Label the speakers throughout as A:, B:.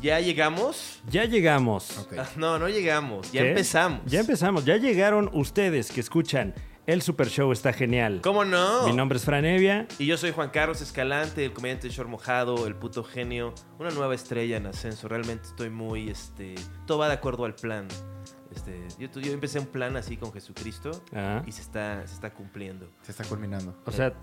A: ¿Ya llegamos?
B: Ya llegamos.
C: Ok.
A: Ah, No, no llegamos. Ya
B: ¿Qué?
A: empezamos.
B: Ya empezamos. Ya llegaron ustedes que escuchan. El Super Show está genial.
A: ¿Cómo no?
B: Mi nombre es Franevia.
A: Y yo soy Juan Carlos Escalante, el comediante de Short Mojado, el puto genio, una nueva estrella en ascenso. Realmente estoy muy, este, todo va de acuerdo al plan. Este, yo, tu- yo empecé un plan así con Jesucristo
B: Ah,
A: y se está, se está cumpliendo.
C: Se está culminando.
B: o sea,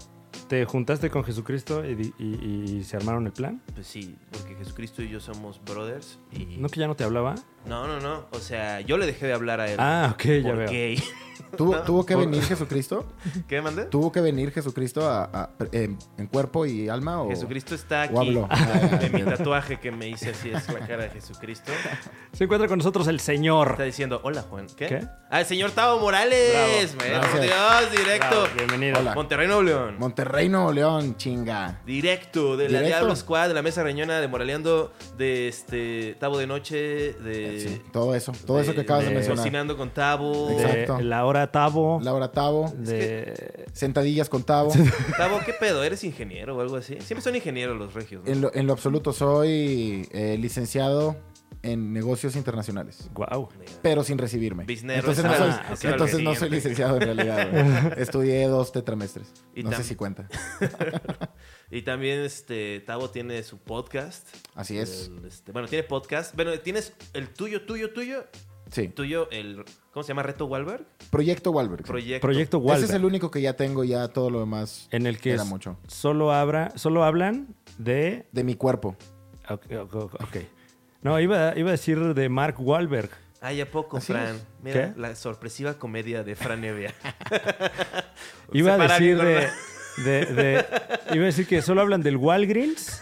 B: ¿te juntaste con Jesucristo y, di- y- y se armaron el plan?
A: Pues sí, porque Jesucristo y yo somos brothers. Y...
B: ¿No que ya no te hablaba?
A: No, no, no. O sea, yo le dejé de hablar a él.
B: Ah, ok, ya
A: por
B: veo.
A: gay.
C: ¿Tuvo, ¿Tuvo que venir Jesucristo?
A: ¿Qué mandé?
C: ¿Tuvo que venir Jesucristo a- a- en, en cuerpo y alma? O...
A: Jesucristo está
C: o
A: aquí.
C: habló. Ah,
A: En mi
C: bien.
A: tatuaje que me hice así es la cara de Jesucristo.
B: Se encuentra con nosotros el
A: Está
B: Señor.
A: diciendo, hola Juan. ¿Qué?
B: ¿Qué?
A: Ah, el señor Tavo Morales.
B: Bravo.
A: maestro Dios, directo.
B: Bravo, bienvenido.
C: Hola.
A: Monterrey Nuevo León.
C: Monterrey, Nuevo León, chinga.
A: Directo de la
C: Directo.
A: Diablo Squad, de la Mesa Reñona, de Moraleando, de este Tavo de Noche, de.
C: Sí, todo eso, todo eso que acabas de,
B: de
C: mencionar.
A: Cocinando con Tavo.
C: Exacto.
B: De la hora Tavo.
C: Laura Tavo,
B: de...
C: sentadillas con Tavo.
A: Tavo, ¿qué pedo? ¿Eres ingeniero o algo así? Siempre son ingenieros los regios. ¿no?
C: En lo, en lo absoluto, soy eh, licenciado en negocios internacionales,
B: Wow.
C: pero sin recibirme.
A: Business
C: entonces no soy,
A: restaurant. Ah, ok.
C: entonces no soy
A: Siguiente.
C: licenciado en realidad. güey. Estudié dos tetramestres.
A: Y
C: no
A: tam-
C: sé si cuenta.
A: Y también este Tavo tiene su podcast.
C: Así es.
A: El, este, bueno, tiene podcast. Bueno, tienes el tuyo, tuyo, tuyo.
C: Sí.
A: Tuyo, el. ¿Cómo se llama? Reto Wahlberg.
C: Proyecto Wahlberg.
A: Proyecto.
B: Proyecto
C: Ese es
B: Walter.
C: el único que ya tengo, ya todo lo demás
B: En el que
C: era
B: es-
C: mucho.
B: solo, habla, solo hablan de...
C: De mi cuerpo.
B: Ok. ok, ok. No, iba, iba a decir de Mark Wahlberg.
A: Ay, ¿a poco,
C: Así
A: Fran?
C: es.
A: Mira,
B: ¿Qué?
A: la sorpresiva comedia de Fran Evia.
B: Iba a
A: Separa
B: decir
A: bien,
B: de,
A: ¿verdad?
B: de- de- Iba a decir que solo hablan del Walgreens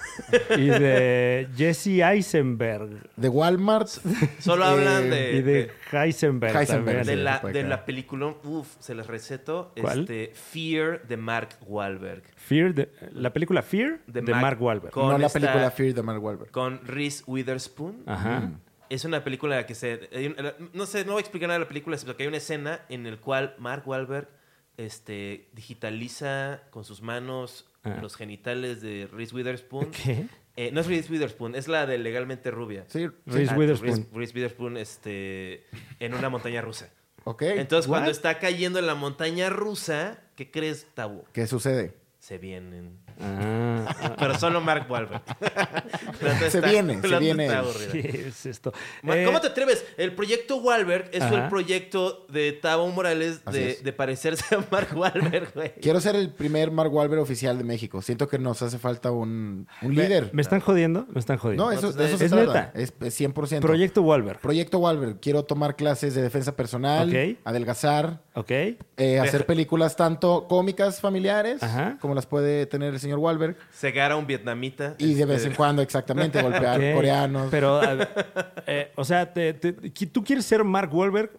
B: y de Jesse Eisenberg.
C: De Walmart.
A: Solo hablan
C: Eh,
A: de.
B: Y de Heisenberg,
C: Heisenberg,
A: de
B: también.
A: la,
C: Sí,
A: de
C: acá.
A: la película, uff, se les receto.
B: ¿Cuál?
A: Este, Fear de Mark Wahlberg.
B: Fear de- la película Fear
A: De
B: de,
A: Mark-
B: Mark Wahlberg.
A: con
C: no la
A: esta-
C: película Fear de Mark Wahlberg.
A: Con Reese Witherspoon.
B: Ajá.
A: Es una película que se... hay un- No sé, no voy a explicar nada de la película, excepto que hay una escena en la cual Mark Wahlberg este, digitaliza con sus manos
B: Ah.
A: los genitales de Reese Witherspoon.
B: ¿Qué?
A: Eh, no es Reese Witherspoon, es la de Legalmente Rubia.
C: Sí, sí.
B: Reese
A: Ah,
B: Witherspoon.
A: Reese, Reese Witherspoon este, en una montaña rusa.
C: Ok.
A: Entonces, cuando
B: what?
A: está cayendo en la montaña rusa, ¿qué crees, Tabú?
C: ¿Qué sucede?
A: Se vienen.
B: Ah,
A: Pero solo Mark Wahlberg. Plata
C: Se
A: está-
C: viene, se
A: Plata
C: viene.
A: está aburrida.
B: ¿Qué es esto?
A: Ma-
B: Eh,
A: ¿Cómo te atreves? El proyecto Wahlberg es
B: Ajá.
A: el proyecto de Tabo Morales
C: Así
A: de,
C: es.
A: de parecerse a Mark Wahlberg, güey.
C: Quiero ser el primer Mark Wahlberg oficial de México. Siento que nos hace falta un, un
B: me-
C: líder.
B: ¿Me están jodiendo? Me están jodiendo.
C: no, eso,
A: Entonces,
C: de eso se
B: es
C: trata.
B: neta.
C: Es, es 100%.
B: Proyecto Wahlberg.
C: Proyecto Wahlberg. Quiero tomar clases de defensa personal,
B: Ok.
C: adelgazar,
B: ¿Ok?
C: eh, hacer películas tanto cómicas familiares
B: Ajá.
C: como las puede tener el señor Wahlberg.
A: Cegar a un vietnamita.
C: Y de vez
A: este,
C: en cuando, exactamente, golpear
B: Ok.
C: coreanos.
B: Pero, a ver, eh, o sea, te- te- ¿tú quieres ser Mark Wahlberg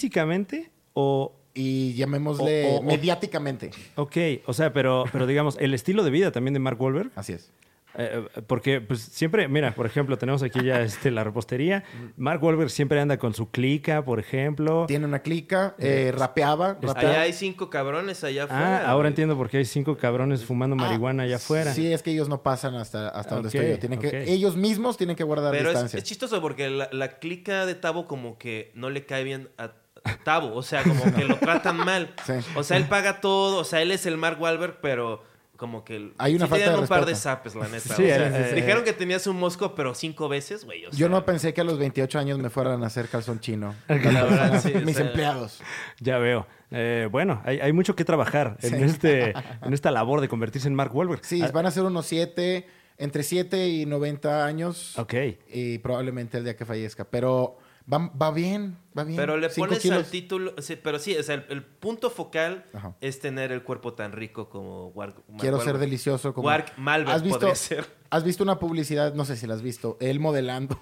B: físicamente o,
C: y llamémosle
B: O- o- o-
C: mediáticamente.
B: Ok, o sea, pero, pero digamos, el estilo de vida también de Mark Wahlberg.
C: Así es.
B: eh, eh, porque pues, siempre, mira, por ejemplo, tenemos aquí ya este, la repostería. Mark Wahlberg siempre anda con su clica, por ejemplo.
C: Tiene una clica, eh, rapeaba,
A: Allá
C: rapeaba.
A: hay cinco cabrones allá afuera.
B: Ah,
A: güey.
B: ahora entiendo por qué hay cinco cabrones fumando marihuana allá afuera.
C: Ah, Sí, es que ellos no pasan hasta, hasta donde
B: Ok,
C: estoy yo. Tienen
B: ok.
C: que, ellos mismos tienen que guardar
A: Pero es,
C: distancia.
A: es chistoso porque la, la clica de Tabo como que no le cae bien a a Tabo. O sea, como que lo tratan mal.
C: Sí.
A: O sea, él paga todo. O sea, él es el Mark Wahlberg, pero como que...
C: Hay una
A: sí
C: falta
A: tenían
C: de
A: un par de
C: respeto.
A: zapes, la neta.
B: Sí,
A: o sea,
B: eh, eh,
A: dijeron que tenías un mosco, pero cinco veces, güey. o
C: Yo
A: sea,
C: no pensé que a los 28 años me fueran a hacer calzón chino.
A: La verdad, sí, o
C: Mis
A: sea,
C: empleados.
B: Ya veo. Eh, bueno, hay, hay mucho que trabajar en, este, en esta labor de convertirse en Mark Wahlberg.
C: Sí,
B: Ah,
C: van a ser unos 7, entre 7 y 90 años.
B: ok.
C: Y probablemente el día que fallezca. Pero va, va bien, va bien.
A: Pero le
C: Cinco
A: pones
C: kilos.
A: al título, sí, pero sí, o sea, el, el punto focal
C: Ajá.
A: es tener el cuerpo tan rico como Wark. Mark
C: Quiero ser
A: Wahlberg.
C: delicioso como...
A: Wark Malberg
C: ¿Has visto,
A: podría ser.
C: ¿Has visto una publicidad? No sé si la has visto. Él modelando.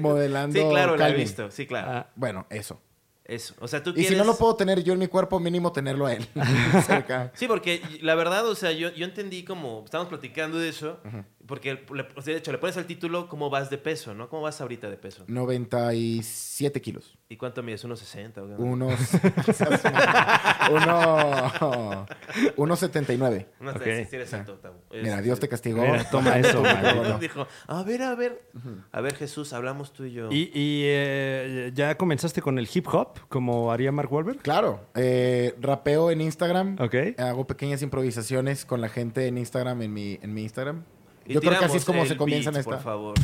C: modelando
A: Sí, claro, lo he
C: Calvin.
A: visto, sí, claro.
B: Ah,
C: Bueno, eso.
A: Eso. O sea, tú
C: Y
A: quieres...
C: si no lo puedo tener yo en mi cuerpo, mínimo tenerlo a él. cerca.
A: Sí, porque la verdad, o sea, yo, yo entendí como, estábamos platicando de eso, Porque, le- o sea, de hecho, le pones al título cómo vas de peso, ¿no? ¿Cómo vas ahorita de peso?
C: 97 kilos.
A: ¿Y cuánto mides? ¿Unos 60? o qué?
C: Unos. uno, unos 79.
A: No
B: Ok.
A: sé si eres santo, Tabo.
C: Mira,
A: Este,
C: Dios te castigó.
B: Mira, toma eso, maldito.
C: no.
A: Dijo, a ver, a ver. A ver, Jesús, hablamos tú y yo.
B: ¿Y, y, eh, ya comenzaste con el hip hop, como haría Mark Wahlberg?
C: Claro, eh, rapeo en Instagram.
B: Ok.
C: Hago pequeñas improvisaciones con la gente en Instagram, en mi, en mi Instagram.
A: Y
C: Yo creo que
A: tiramos
C: así es como
A: el
C: se comienzan
A: beat,
C: esta.
A: Por favor.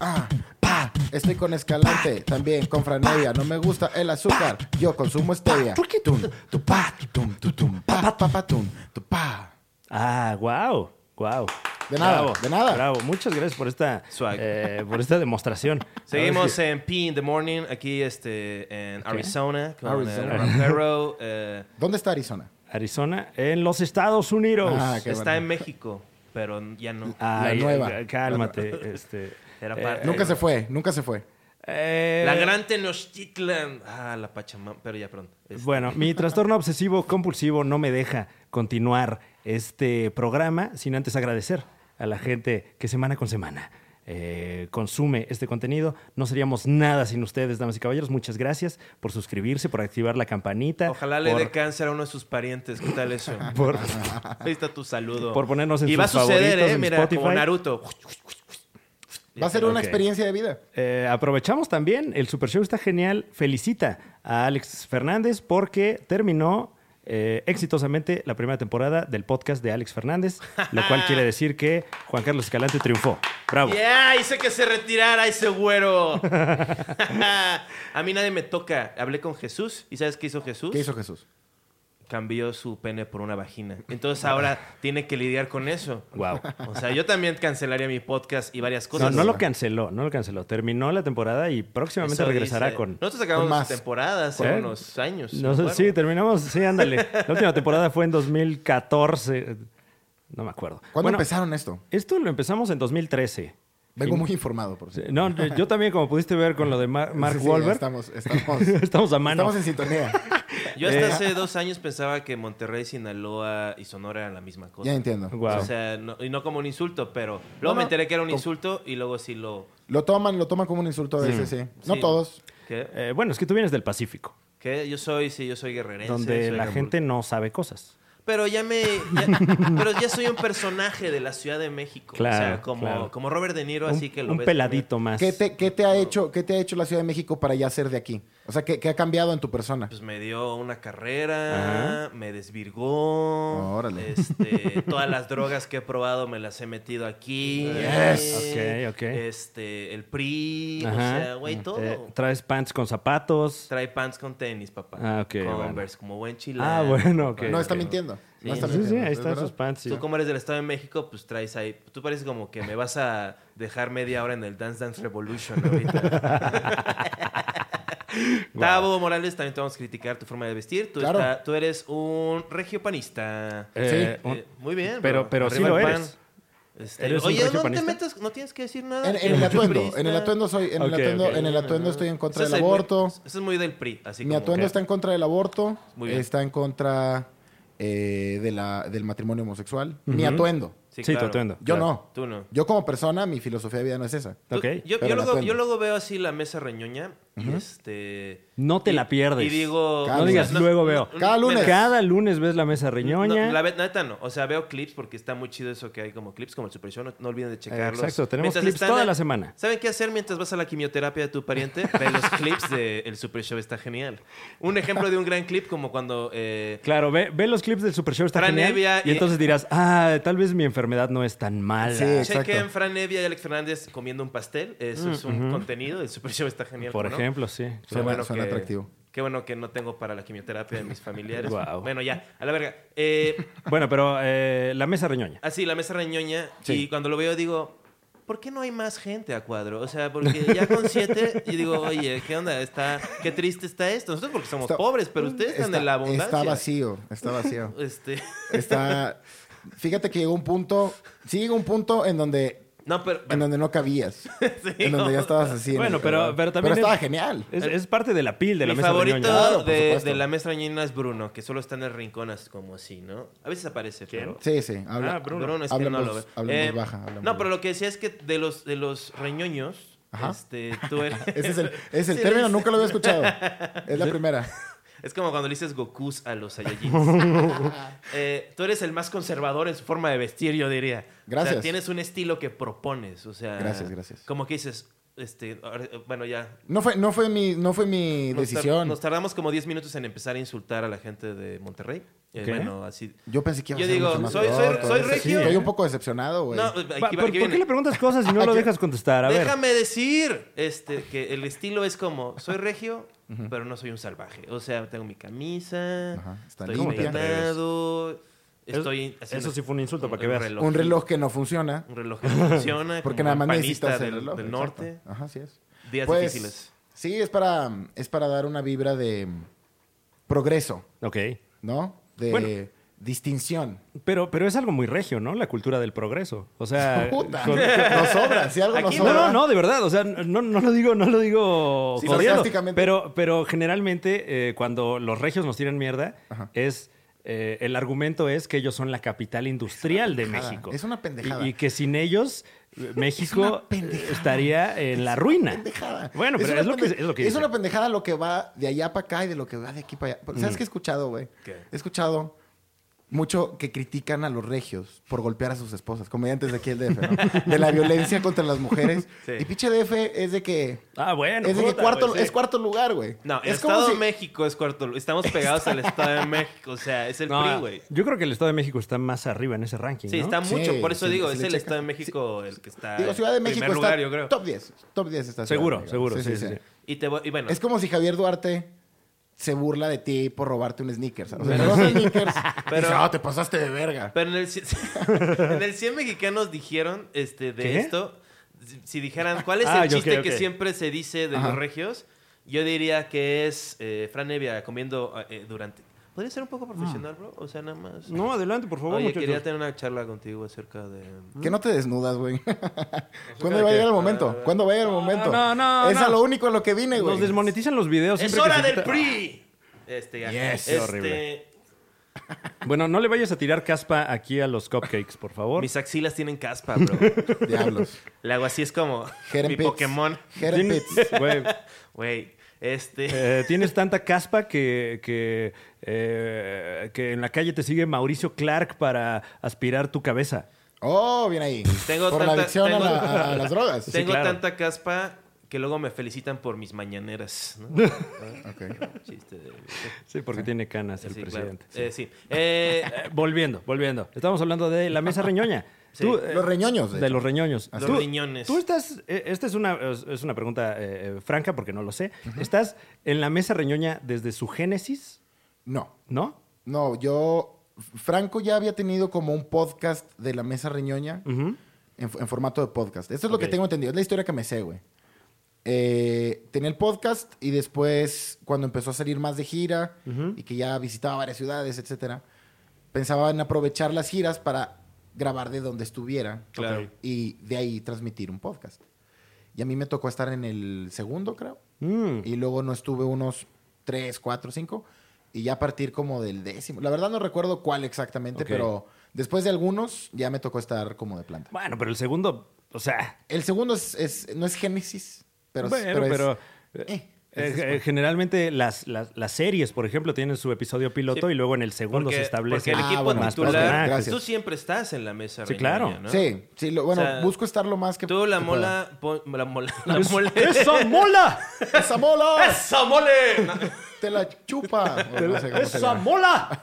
C: Ah, pa. Estoy con Escalante, también con Franevia. No me gusta el azúcar, yo consumo stevia. Tum, tu pa, tu tum, tu tum, pa, pa, pa, pa, tum, tu pa.
B: Ah, wow. Wow.
C: De nada, de nada.
B: Bravo. Muchas gracias por esta,
A: Swag.
B: eh, por esta demostración.
A: Seguimos
B: A ver
A: en P in the Morning, aquí este, en Arizona, con
C: Arizona.
A: el rapero. eh,
C: ¿Dónde está Arizona?
B: si- Arizona, en los Estados Unidos.
C: Ah, qué
A: está
C: bueno.
A: en México, pero ya no.
B: Ay,
C: La nueva.
B: eh, Cálmate. este,
A: Era
B: eh,
A: parte.
C: Nunca se fue, nunca se fue.
B: eh,
A: La gran Tenochtitlan. Ah, la Pachamama, pero ya pronto. Este,
B: Bueno, mi trastorno obsesivo compulsivo no me deja continuar este programa sin antes agradecer a la gente que semana con semana eh, consume este contenido. No seríamos nada sin ustedes, damas y caballeros. Muchas gracias por suscribirse, por activar la campanita.
A: Ojalá le
B: por-
A: dé cáncer a uno de sus parientes. ¿Qué tal eso?
B: por-
A: Ahí está tu saludo.
B: Por ponernos en
A: Y va a
B: sus
A: suceder,
B: favoritos
A: ¿eh?
B: en
A: Mira, como
B: Spotify.
A: Naruto.
C: Va a ser una
B: Ok.
C: experiencia de vida.
B: Eh, aprovechamos también, el Super Show está genial. Felicita a Alex Fernández porque terminó eh, exitosamente la primera temporada del podcast de Alex Fernández, lo cual quiere decir que Juan Carlos Escalante triunfó. Bravo.
A: ¡Yeah! Hice que se retirara ese güero. a mí nadie me toca. Hablé con Jesús. ¿Y sabes qué hizo Jesús?
C: ¿Qué hizo Jesús?
A: Cambió su pene por una vagina. Entonces ahora tiene que lidiar con eso.
B: Wow.
A: O sea, yo también cancelaría mi podcast y varias
B: No,
A: cosas.
B: no lo canceló, no lo canceló. Terminó la temporada y próximamente
A: Eso
B: regresará
A: dice. pues,
B: con.
A: Nosotros acabamos
C: con más.
A: temporadas hace
B: ¿Eh?
A: unos años.
B: No
A: ¿me
B: sé,
A: acuerdo?
B: sí, terminamos. Sí, ándale. La última temporada fue en 2014. No me acuerdo.
C: ¿Cuándo
B: Bueno,
C: empezaron esto?
B: Esto lo empezamos en 2013.
C: Vengo muy informado, por
B: Sí,
C: cierto.
B: No, yo yo también, como pudiste ver con lo de Mar- Mark
C: Sí, sí,
B: Wahlberg,
C: Estamos, estamos,
B: Estamos a mano.
C: estamos en sintonía.
A: Yo hasta
B: Eh.
A: hace dos años pensaba que Monterrey, Sinaloa y Sonora eran la misma cosa.
C: ya entiendo.
B: Guau.
A: O sea, no- y no como un insulto, pero luego
C: No,
A: me
C: no.
A: enteré que era un
C: Com-
A: insulto y luego sí lo...
C: Lo toman, lo toman como un insulto a
B: Mm.
C: veces, sí. No
A: Sí.
C: todos.
A: ¿Qué?
B: Eh, bueno, es que tú vienes del Pacífico,
A: ¿Qué? Yo soy, sí, yo soy guerrerense.
B: donde
A: soy
B: la
A: gamul-
B: gente no sabe cosas.
A: Pero ya me... ya- pero ya soy un personaje de la Ciudad de México. o sea,
B: Claro,
A: como,
B: claro.
A: como Robert De Niro,
B: un
A: así que lo
B: un
A: ves
B: peladito más.
C: ¿Qué te, qué te ha hecho, ¿Qué te ha hecho la Ciudad de México para ya ser de aquí? O sea, ¿qué, qué ha cambiado en tu persona?
A: Pues me dio una carrera, me desvirgó.
C: Órale.
A: Este, todas las drogas que he probado me las he metido aquí. Eh,
C: Yes.
B: Ok, ok.
A: Este, el PRI, o
B: Ajá.
A: sea, güey, todo.
B: Eh, traes pants con zapatos.
A: Trae pants con tenis, papá.
B: Ah, ok, bueno.
A: Converse, como buen chileno.
B: Ah, bueno, ok.
C: no está
B: ok.
C: mintiendo.
A: Sí,
C: no está
A: sí,
B: Sí, sí,
C: mintiendo,
B: ahí
C: ¿es
B: están
C: verdad?
B: sus pants. sí.
A: Tú como eres del Estado de México, pues traes ahí... Tú pareces como que me vas a dejar media hora en el Dance Dance Revolution ahorita. Tavo Morales, también te vamos a criticar tu forma de vestir. Tú,
C: Claro.
A: está- tú eres un regiopanista.
B: Eh,
A: Eh,
B: un-
A: muy bien.
B: pero- pero
A: Arriba
B: sí lo
A: el pan.
B: eres.
A: Este,
B: ¿Eres un
A: oye, no te
B: regiopanista?
A: metas, no tienes que decir nada.
C: En,
A: que
C: en el
A: mucho
C: atuendo,
A: priista.
C: en el atuendo soy, en el
B: Ok,
C: atuendo,
B: ok.
C: en el atuendo estoy en contra
A: Eso
C: del
A: es muy-
C: aborto.
A: Eso es muy del PRI. Así
C: Mi
A: como-
C: atuendo está en contra del aborto.
A: Muy bien.
C: Está en contra eh, de la, del matrimonio homosexual. Mi atuendo.
B: Sí, tu atuendo.
C: Yo
B: Claro.
C: no.
A: Tú no.
C: Yo como persona, mi filosofía de vida no es esa.
A: Tú-
B: Ok.
A: Yo, yo
C: Pero el
A: luego,
C: atuendo.
A: yo luego veo así la mesa reñoña y este...
B: No te
A: y-
B: la pierdes.
A: Y digo...
C: Cada No digas,
B: lunes. luego veo.
C: Cada lunes.
A: me-
B: Cada lunes ves la mesa reñoña.
A: eh, No, la ve- neta no. O sea, veo clips porque está muy chido eso que hay como clips, como el Super Show. No, no olviden de checarlos.
B: Exacto, tenemos clips
A: están
B: toda
A: a-
B: la semana.
A: ¿Saben qué hacer mientras vas a la quimioterapia de tu pariente? Ve los clips del Super Show, está genial. Un ejemplo de un gran clip como cuando... eh,
B: Claro, ve, ve los clips del Super Show, está
A: Fran
B: genial,
A: Evia
B: y,
A: y-
B: entonces dirás, ah, tal vez mi enfermedad no es tan mala.
C: Sí, exacto.
A: Chequen Fran Evia y Alex Fernández comiendo un pastel. Eso es un contenido. El Super Show está genial.
B: Por
A: ¿no?
B: ejemplo, sí.
A: Qué
C: Suena- suena atractivo.
A: Qué bueno que no tengo para la quimioterapia de mis familiares.
B: Guau.
A: Bueno, ya, a la verga. Eh,
B: Bueno, pero eh, la mesa reñoña.
A: así, la mesa reñoña.
C: Sí.
A: Y cuando lo veo digo, ¿por qué no hay más gente a cuadro? O sea, porque ya con siete, y digo, oye, ¿qué onda? Está, qué triste está esto. Nosotros porque somos
C: Está-
A: pobres, pero ustedes están
C: Está-
A: en la abundancia.
C: Está vacío, está vacío.
A: Este,
C: Está. Fíjate que llegó un punto. Sí, llegó un punto en donde
A: No, pero.
C: En donde no cabías.
A: Sí,
C: en donde ya estabas así. en
B: Bueno,
C: el-
B: pero- pero también
C: estaba
B: es-
C: genial.
B: Es, es parte de la pil de la
A: Eh, Mi
B: mesa
A: favorito
B: de
A: de,
B: ñoño.
C: Claro, por supuesto.
A: de la mesa ñoña es Bruno, que solo está en el rincón así como así, ¿no? A veces aparece,
B: ¿Quién?
A: pero...
C: Sí, sí. Habla.
B: Ah, Bruno.
A: Bruno es que no
C: Hablemos-
A: lo ve. Eh,
C: hablemos baja, hablemos
A: no, pero
C: baja.
A: lo que decía es que de los, de los reñoños,
C: Ajá.
A: este, tú eres...
C: Ese es el, es el
A: Sí,
C: término,
A: es-
C: nunca lo había escuchado. Es la primera.
A: Es como cuando le dices Gokus a los Saiyajins. Eh, tú eres el más conservador en su forma de vestir, yo diría. O sea,
C: Gracias.
A: tienes un estilo que propones, o sea...
C: Gracias, gracias.
A: Como que dices, este, ahora- bueno, ya...
C: No fue, no fue mi, no fue mi
A: Nos tar-
C: decisión.
A: Nos tardamos como 10 minutos en empezar a insultar a la gente de Monterrey. Eh,
B: ¿Qué?
A: bueno, así...
C: Yo pensé que iba a
A: Yo
C: ser
A: digo,
C: mucho más
A: soy- soy-
C: corto.
A: soy
C: Es-
A: regio. ¿eh?
C: Estoy un poco decepcionado, güey.
A: No, pues, aquí va-
B: Va,
A: aquí
B: ¿Por, por
A: viene.
B: qué le preguntas cosas y no lo
C: Aquí-
B: dejas contestar? A ver.
A: Déjame decir este, que el estilo es como, soy regio, pero no soy un salvaje. O sea, tengo mi camisa,
C: Ajá, está
A: estoy
C: limpia.
A: peinado,
B: Eso-
A: estoy
B: eso sí fue un insulto, para que veas.
C: un reloj que no funciona.
A: Un reloj que no funciona.
C: Porque
A: como
C: nada más
A: un
C: necesitas
A: panista
C: el
A: del,
C: reloj.
A: del
C: exacto.
A: norte.
C: Ajá, así es. Pues,
A: Días difíciles.
C: Sí, es para, es para dar una vibra de mm, progreso,
B: Ok.
C: ¿no? De
B: Bueno.
C: distinción.
B: Pero, pero es algo muy regio, ¿no? La cultura del progreso. O sea,
C: Puta,
B: Ah, con-
C: nos sobra, si algo nos
A: Aquí
B: No,
C: sobra.
B: no, no, de verdad. O sea, no, no lo digo, no lo digo
C: Sí,
B: jodiendo,
C: sarcásticamente.
B: pero, pero generalmente eh, cuando los regios nos tiran mierda,
C: Ajá.
B: es eh, el argumento es que ellos son la capital industrial de
C: pendejada,
B: México.
C: es una pendejada.
B: Y, y que sin ellos, eh, México
C: pendejada.
B: estaría en la ruina.
C: pendejada.
B: Bueno, pero
C: una
B: es lo que-
C: pende-
B: es lo que
C: es
B: dice.
C: una pendejada lo que va de allá para acá y de lo que va de aquí para allá. ¿Sabes
B: Mm.
C: qué he escuchado, güey?
A: ¿Qué?
C: He escuchado mucho que critican a los regios por golpear a sus esposas, comediantes de aquí del DF, ¿no? De la violencia contra las mujeres.
A: Sí.
C: Y pinche DF es de que...
B: Ah, bueno.
C: es de que
B: puta,
C: cuarto,
B: güey, sí.
C: es cuarto lugar, güey.
A: No, el
C: es
A: Estado de México es cuarto. lu- Estamos pegados al Estado de México. O sea, es el
B: No,
A: PRI, güey.
B: yo creo que el Estado de México está más arriba en ese ranking.
A: Sí,
B: ¿no?
A: está
C: Sí,
A: mucho. Por eso
C: sí,
A: digo,
C: sí
A: es
C: le
A: el
C: checa.
A: Estado de México el que está
B: ah,
C: Digo, Ciudad de
A: en
C: México
A: primer
C: está
A: lugar, yo creo.
C: top 10. Top 10 está
B: Seguro,
C: Ciudad de México.
B: seguro, sí, sí, sí.
A: Y, te voy- y bueno,
C: Es como si Javier Duarte se burla de ti por robarte un sneakers. O sea,
A: Pero
C: te robas
A: sí.
C: un sneakers.
A: Pero-
C: Pero, no, te pasaste de verga.
A: Pero en el, ci- en el 100 mexicanos dijeron este, de
B: ¿Qué?
A: esto. si- Si dijeran, ¿cuál es
B: Ah,
A: el
B: yo-
A: chiste
B: ok, ok.
A: que siempre se dice de
C: Ajá.
A: los regios? Yo diría que es eh, Fran Nevia comiendo eh, durante. ¿Podría ser un poco profesional, bro? O sea, nada más.
B: Ah. No, adelante, por favor.
A: Oye,
B: muchachos.
A: quería tener una charla contigo acerca de.
C: Que no te desnudas, güey.
A: de
C: ¿Cuándo va a llegar
A: qué? Ah,
C: el momento? ¿Cuándo va a llegar el momento?
B: no, no,
C: Es a
B: no.
C: lo único a lo que vine, güey.
B: Nos desmonetizan los videos.
A: ¡Es
B: siempre que
A: hora
B: se
A: del
B: quita-
A: PRI! Este, ya.
B: Yes,
A: Este,
B: horrible. Bueno, no le vayas a tirar caspa aquí a los cupcakes, por favor.
A: Mis axilas tienen caspa, bro.
C: Diablos.
A: Le hago así, es como
C: Jeren
A: mi
C: Pitts.
A: Pokémon.
C: Jeren
B: Tienes-
C: Pitts.
B: güey,
A: Güey, este.
B: eh, tienes tanta caspa que, que, eh, que en la calle te sigue Mauricio Clark para aspirar tu cabeza.
C: Oh, bien ahí.
A: Tengo
C: por la
A: tanta-
C: adicción
A: tengo-
C: a, la- a las drogas.
B: Sí,
A: Tengo
B: claro.
A: tanta caspa que luego me felicitan por mis mañaneras. ¿no?
C: Ok.
A: Chiste de-
B: Sí, porque tiene canas el
A: Sí, claro.
B: presidente.
A: Eh, sí. Eh,
B: Eh, volviendo, volviendo. Estamos hablando de la mesa reñoña.
A: Sí.
B: eh,
C: Los reñoños, de
B: De
C: hecho.
B: los reñoños.
A: Los riñones.
B: Tú estás. eh, Esta es una, es es una pregunta eh, eh, franca porque no lo sé. ¿Estás en la mesa reñoña desde su génesis?
C: No.
B: ¿No?
C: No, yo. Franco ya había tenido como un podcast de la mesa riñoña en, en formato de podcast. Esto es lo que
B: Ok.
C: tengo entendido. Es la historia que me sé, güey. Eh, tenía el podcast y después, cuando empezó a salir más de gira y que ya visitaba varias ciudades, etcétera, pensaba en aprovechar las giras para grabar de donde estuviera
A: Claro.
B: Ok.
C: y de ahí transmitir un podcast. Y a mí me tocó estar en el segundo, creo.
B: Mm.
C: Y luego no estuve unos 3, 4, 5. Y ya a partir como del décimo. La verdad no recuerdo cuál exactamente,
B: Ok.
C: pero después de algunos ya me tocó estar como de planta.
B: Bueno, pero el segundo, o sea,
C: El segundo es, es- no es Génesis, pero,
B: Bueno,
C: pero es-
B: pero,
C: eh,
B: eh,
C: es
B: eh, generalmente las, las, las series, por ejemplo, tienen su episodio piloto
A: Sí.
B: y luego en el segundo
A: porque,
B: se establece
A: porque el
C: Ah,
A: equipo
C: bueno,
A: titular,
B: personajes.
C: gracias.
A: tú siempre estás en la mesa.
B: Sí,
A: reñoña,
B: claro.
A: ¿no?
C: Sí, sí, lo- bueno,
A: O sea,
C: busco estar lo más que
A: Tú la
C: que
A: mola, pon- la mola, la
B: ¡Es-
A: mole.
B: ¡Esa mola!
C: pueda. ¡Esa mola!
A: ¡Esa mole! No,
C: ¡Te la chupa! O no sé cómo se
B: ¡Esa
C: llama.
B: mola!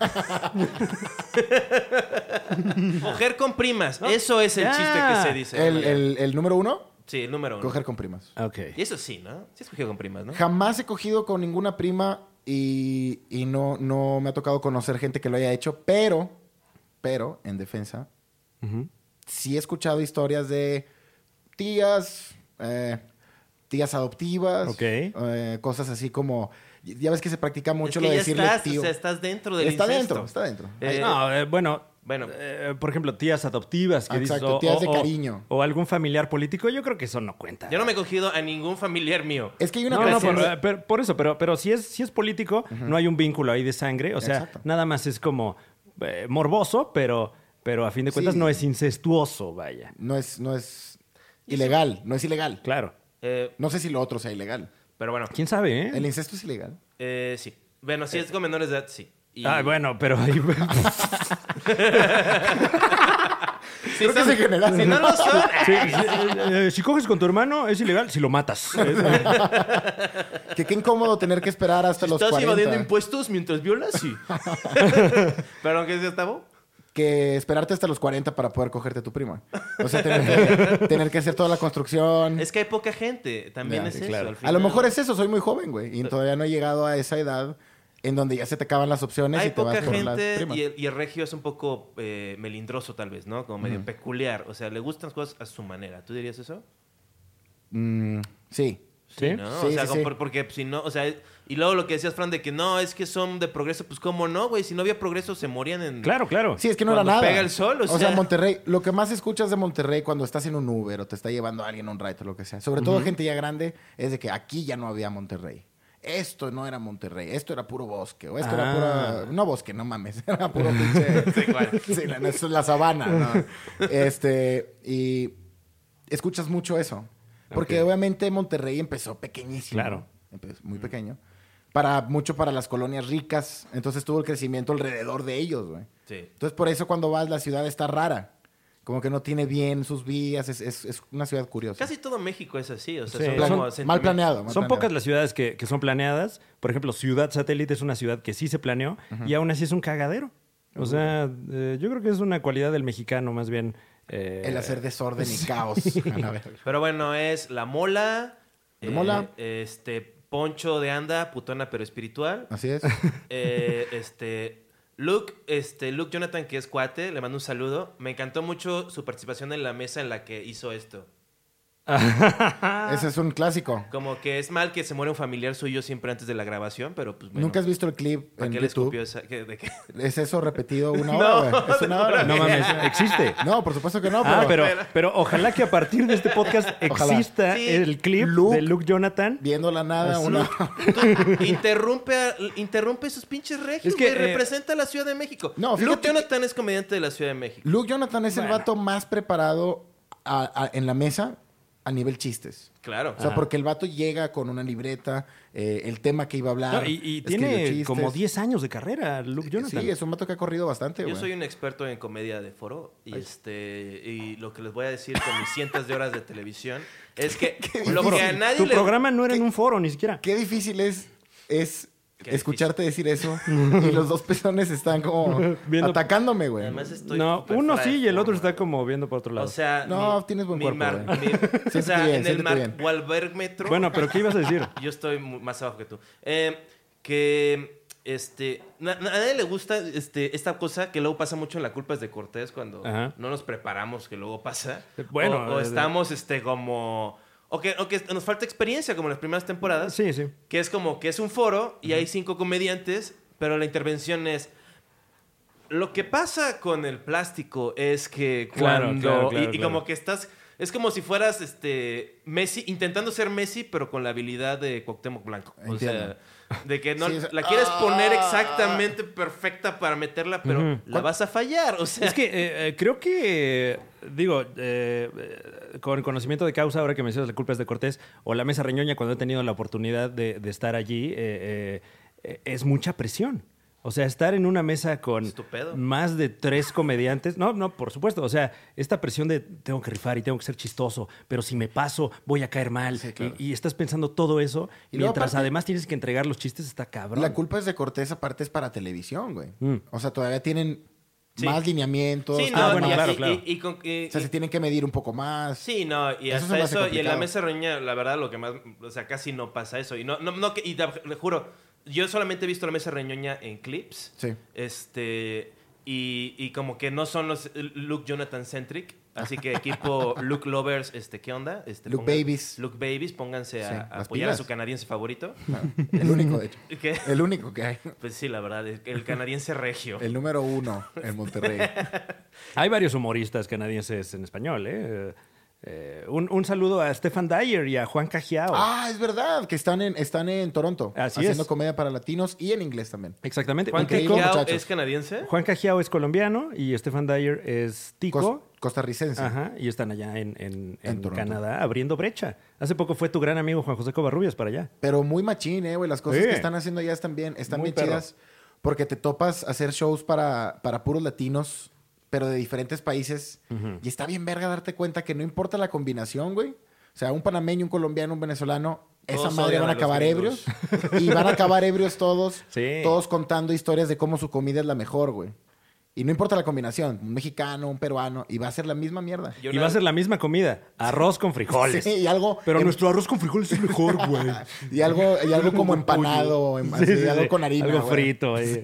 A: Coger con primas. Eso es el
B: Ya.
A: chiste que se dice.
C: el, el- el número uno,
A: sí, el número uno.
C: coger con primas.
B: Ok.
A: Y eso sí, ¿no? Sí has cogido con primas, ¿no?
C: Jamás he cogido con ninguna prima y, y no, no me ha tocado conocer gente que lo haya hecho, pero, pero, en defensa,
B: Ujú.
C: sí he escuchado historias de tías, eh, tías adoptivas,
B: Ok.
C: eh, cosas así como, ya ves que se practica mucho
A: es que
C: lo de
A: ya
C: decirle
A: estás,
C: tío.
A: o sea, estás dentro del
C: Está
A: incesto.
C: dentro, está dentro.
A: Eh,
B: no, eh, bueno,
A: Bueno,
B: Eh, por ejemplo, tías adoptivas que dices,
C: Exacto,
B: o-
C: tías de
B: o- o-
C: cariño.
B: O, algún familiar político, yo creo que eso no cuenta.
A: yo no me he cogido a ningún familiar mío.
C: Es que hay una
B: No, no,
A: Gracias.
B: por, eh, pero- por eso, pero, pero si, es, si es político, no hay un vínculo ahí de sangre. O sea,
C: Exacto.
B: nada más es como eh, morboso, pero, pero a fin de cuentas
C: Sí.
B: no es incestuoso, vaya.
C: No es, no es ilegal, no es ilegal.
B: Claro.
A: Eh,
C: No sé si lo otro sea ilegal.
A: pero bueno,
B: ¿Quién sabe, eh?
C: El incesto es ilegal.
A: eh, sí. Bueno, si es con menores de edad, sí. Y-
C: Ah,
B: Ay, Ah, bueno, pero ahí...
A: Si,
C: Creo que
A: son-
C: es en general.
A: si no lo son,
B: Sí, eh, eh, si coges con tu hermano, es ilegal si lo matas.
C: Que qué incómodo tener que esperar hasta los
A: estás evadiendo
C: 40.
A: impuestos mientras violas, sí. pero aunque sea tabú.
C: Que esperarte hasta los 40 para poder cogerte a tu prima. O sea, tener que, tener que hacer toda la construcción.
A: Es que hay poca gente. También
C: Ya,
A: es
C: sí,
A: eso.
B: claro.
A: al
C: A lo
A: final.
C: mejor es eso, soy muy joven, güey. Y todavía no he llegado a esa edad en donde ya se te acaban las opciones
A: Hay
C: y te vas
A: poca
C: por las
A: gente
C: primas.
A: y el, y el regio es un poco eh, melindroso, tal vez, ¿no? Como medio peculiar. O sea, le gustan las cosas a su manera. ¿Tú dirías eso?
C: Mm, sí.
B: ¿Sí?
A: ¿No?
C: Sí,
A: o sea,
C: sí,
A: como
C: sí.
A: por- porque si no, o sea, y luego lo que decías, Fran, de que no, es que son de progreso, pues cómo no, güey, si no había progreso se morían en...
B: Claro, claro.
C: Sí, es que no
A: Cuando
C: era nada.
A: pega el sol, o sea.
C: Monterrey, lo que más escuchas de Monterrey cuando estás en un Uber o te está llevando alguien a un ride o lo que sea, sobre todo gente ya grande, es de que aquí ya no había Monterrey. Esto no era Monterrey, esto era puro bosque, o esto
B: Ah.
C: era pura. No bosque, no mames, era puro pinche.
A: Sí, igual.
C: Sí, la, es la sabana, ¿no? Este, y escuchas mucho eso. Porque
B: Ok.
C: obviamente Monterrey empezó pequeñísimo.
B: Claro.
C: Empezó muy pequeño. Para, mucho para las colonias ricas. Entonces tuvo el crecimiento alrededor de ellos, güey.
A: Sí.
C: Entonces, por eso cuando vas, la ciudad está rara. Como que no tiene bien sus vías. Es, es- es una ciudad curiosa.
A: Casi todo México es así, o sea,
B: Sí.
A: son
C: Plan-
A: como
C: mal
A: sentimientos-
C: planeado. mal
B: Son
C: planeado.
B: pocas las ciudades que, que son planeadas. Por ejemplo, Ciudad Satélite es una ciudad que sí se planeó y aún así es un cagadero. O sea, eh, yo creo que es una cualidad del mexicano más bien. eh,
C: El hacer desorden y caos. A la verga.
A: Pero bueno, es La Mola.
C: La Mola.
A: Este, Poncho de Anda, putona pero espiritual.
C: Así es.
A: Eh, este, Luke, este, Luke Jonathan, que es cuate, le mando un saludo. Me encantó mucho su participación en la mesa en la que hizo esto. Ah.
C: Ese es un clásico.
A: Como que es mal que se muere un familiar suyo siempre antes de la grabación, pero pues bueno.
C: Nunca has visto el clip
A: ¿Para
C: en
A: qué le escupió
C: YouTube.
A: esa? ¿Qué- de qué?
C: Es eso repetido una
A: No,
C: hora, güey. Es una hora.
B: No mames, existe.
C: No, por supuesto que no, pero,
B: Ah, pero, pero ojalá que a partir de este podcast
C: Ojalá.
B: exista
A: Sí.
B: el clip
C: Luke.
B: de Luke Jonathan.
C: viendo la nada,
B: Así.
C: una.
A: Tú interrumpe, a- interrumpe esos pinches regios,
B: Es
A: es
B: que,
A: que
B: eh,
A: representa a la Ciudad de México.
C: No,
A: Luke
C: fíjate
A: Jonathan es comediante de la Ciudad de México.
C: Luke Jonathan es
B: Bueno.
C: el vato más preparado a- a- en la mesa a nivel chistes.
A: Claro.
C: O sea,
B: Ajá.
C: porque el vato llega con una libreta, eh, el tema que iba a hablar.
B: No, y, y
C: escribió
B: tiene
C: chistes.
B: como 10 años de carrera, Luke Jonathan.
C: Sí, es un vato que ha corrido bastante,
A: Yo
C: güey.
A: soy un experto en comedia de foro y este y lo que les voy a decir con mis cientos de horas de televisión es que lo
B: Foro.
A: que a nadie
B: tu
A: le
B: programa no era en un foro ni siquiera.
C: Qué difícil es, es
A: Qué
C: escucharte decir eso y los dos pezones están como
B: Viendo-
C: atacándome, güey.
A: Además estoy
B: No,
A: súper
B: uno
A: fuera
B: sí
A: de
B: y el otro
A: forma.
B: está como viendo para otro lado.
A: O sea,
C: No, tienes buen cuerpo, güey.
A: mi- o
C: Siéntete
A: sea, en
C: bien,
A: el
C: siéntete
A: Mark
C: bien.
A: Wahlberg metro.
B: Bueno, pero ¿qué ibas a decir?
A: Yo estoy mu- más abajo que tú. Eh, que este na- na- a nadie le gusta este esta cosa que luego pasa mucho en la culpa es de Cortés cuando
B: Ajá.
A: no nos preparamos que luego pasa.
B: Bueno,
A: o, o
B: eh,
A: estamos este como o que, o que nos falta experiencia como en las primeras temporadas.
B: Sí, sí.
A: que es como que es un foro y hay cinco comediantes, pero la intervención es lo que pasa con el plástico es que
B: Claro,
A: cuando
B: claro,
A: y-
B: claro,
A: y,
B: claro.
A: como que estás es como si fueras este Messi intentando ser Messi pero con la habilidad de Cuauhtémoc Blanco, o
C: Entiendo.
A: sea, de que no
C: Sí, es-
A: la quieres
C: ¡Ah!
A: poner exactamente perfecta para meterla, pero
B: Ujú.
A: la vas a fallar, o sea,
B: Es que eh, eh, creo que, eh, digo, eh, eh, con conocimiento de causa, ahora que mencionas la culpa es de Cortés, o la mesa reñoña, cuando he tenido la oportunidad de, de estar allí, eh, eh, eh, es mucha presión. O sea, estar en una mesa con
A: Es tu pedo.
B: más de tres comediantes, no, no, por supuesto, o sea, esta presión de tengo que rifar y tengo que ser chistoso, pero si me paso voy a caer mal
C: Sí, claro.
B: y, y estás pensando todo eso,
C: Y luego,
B: mientras
C: aparte-
B: además tienes que entregar los chistes, está cabrón.
C: La culpa es de Cortés, aparte es para televisión, güey.
B: Mm.
C: O sea, todavía tienen
A: Sí.
C: más lineamientos.
A: sí, no,
B: Ah,
C: todavía-
B: bueno,
A: y-
B: claro,
A: y-
B: claro.
A: y- y con- y-
C: O sea,
A: y-
C: se tienen que medir un poco más.
A: Sí, no, y
C: Eso se
A: hasta
C: me
A: eso,
C: hace
A: y en la
C: complicado.
A: mesa reña, la verdad, lo que más, o sea, casi no pasa eso. Y no, no, no, que- y te- le juro, yo solamente he visto la mesa reñoña en clips.
C: Sí.
A: Este, y, y como que no son los Luke Jonathan centric. Así que equipo Luke Lovers, este, ¿qué onda? Este,
C: Luke
A: pongan-
C: Babies.
A: Luke Babies, pónganse a,
C: Sí,
A: a
C: las
A: apoyar a
C: pilas.
A: su canadiense favorito.
C: El único, de hecho.
A: ¿Qué?
C: El único que hay.
A: Pues sí, la verdad, el- el canadiense regio.
C: El número uno en Monterrey.
B: Hay varios humoristas canadienses en español, ¿eh? Eh, un, un saludo a Stefan Dyer y a Juan Cajiao.
C: Ah, es verdad, que están en, están en Toronto.
B: Así
C: haciendo
B: es.
C: comedia para latinos y en inglés también.
B: Exactamente.
A: Juan
B: Un tico.
C: Increíble,
A: Cajiao
C: muchachos.
A: es canadiense.
B: Juan Cajiao es colombiano y Stefan Dyer es tico.
C: Cos- costarricense.
B: Ajá, y están allá en, en- en
C: Toronto.
B: Canadá abriendo brecha. Hace poco fue tu gran amigo Juan José Covarrubias para allá.
C: Pero muy machín, eh, güey. Las cosas
B: Sí.
C: que están haciendo allá están bien, están
B: Muy
C: bien
B: perro.
C: chidas. Porque te topas hacer shows para, para puros latinos, pero de diferentes países. Y está bien verga darte cuenta que no importa la combinación, güey. O sea, un panameño, un colombiano, un venezolano, esa
A: Todos
C: madre
A: odian
C: van a
A: a los
C: acabar ebrios.
A: gringos.
C: Y van a acabar ebrios todos.
B: Sí.
C: Todos contando historias de cómo su comida es la mejor, güey. Y no importa la combinación, un mexicano, un peruano, y va a ser la misma mierda.
A: Yo
B: y
A: una-
B: va a ser la misma comida, arroz con frijoles.
C: Sí, Em- y algo.
B: Pero
C: en-
B: nuestro arroz con frijoles es mejor, güey.
C: Y algo, y algo como empanado, em- así,
B: Sí, sí,
C: algo
B: sí.
C: con harina.
B: Algo
C: güey.
B: frito. ahí.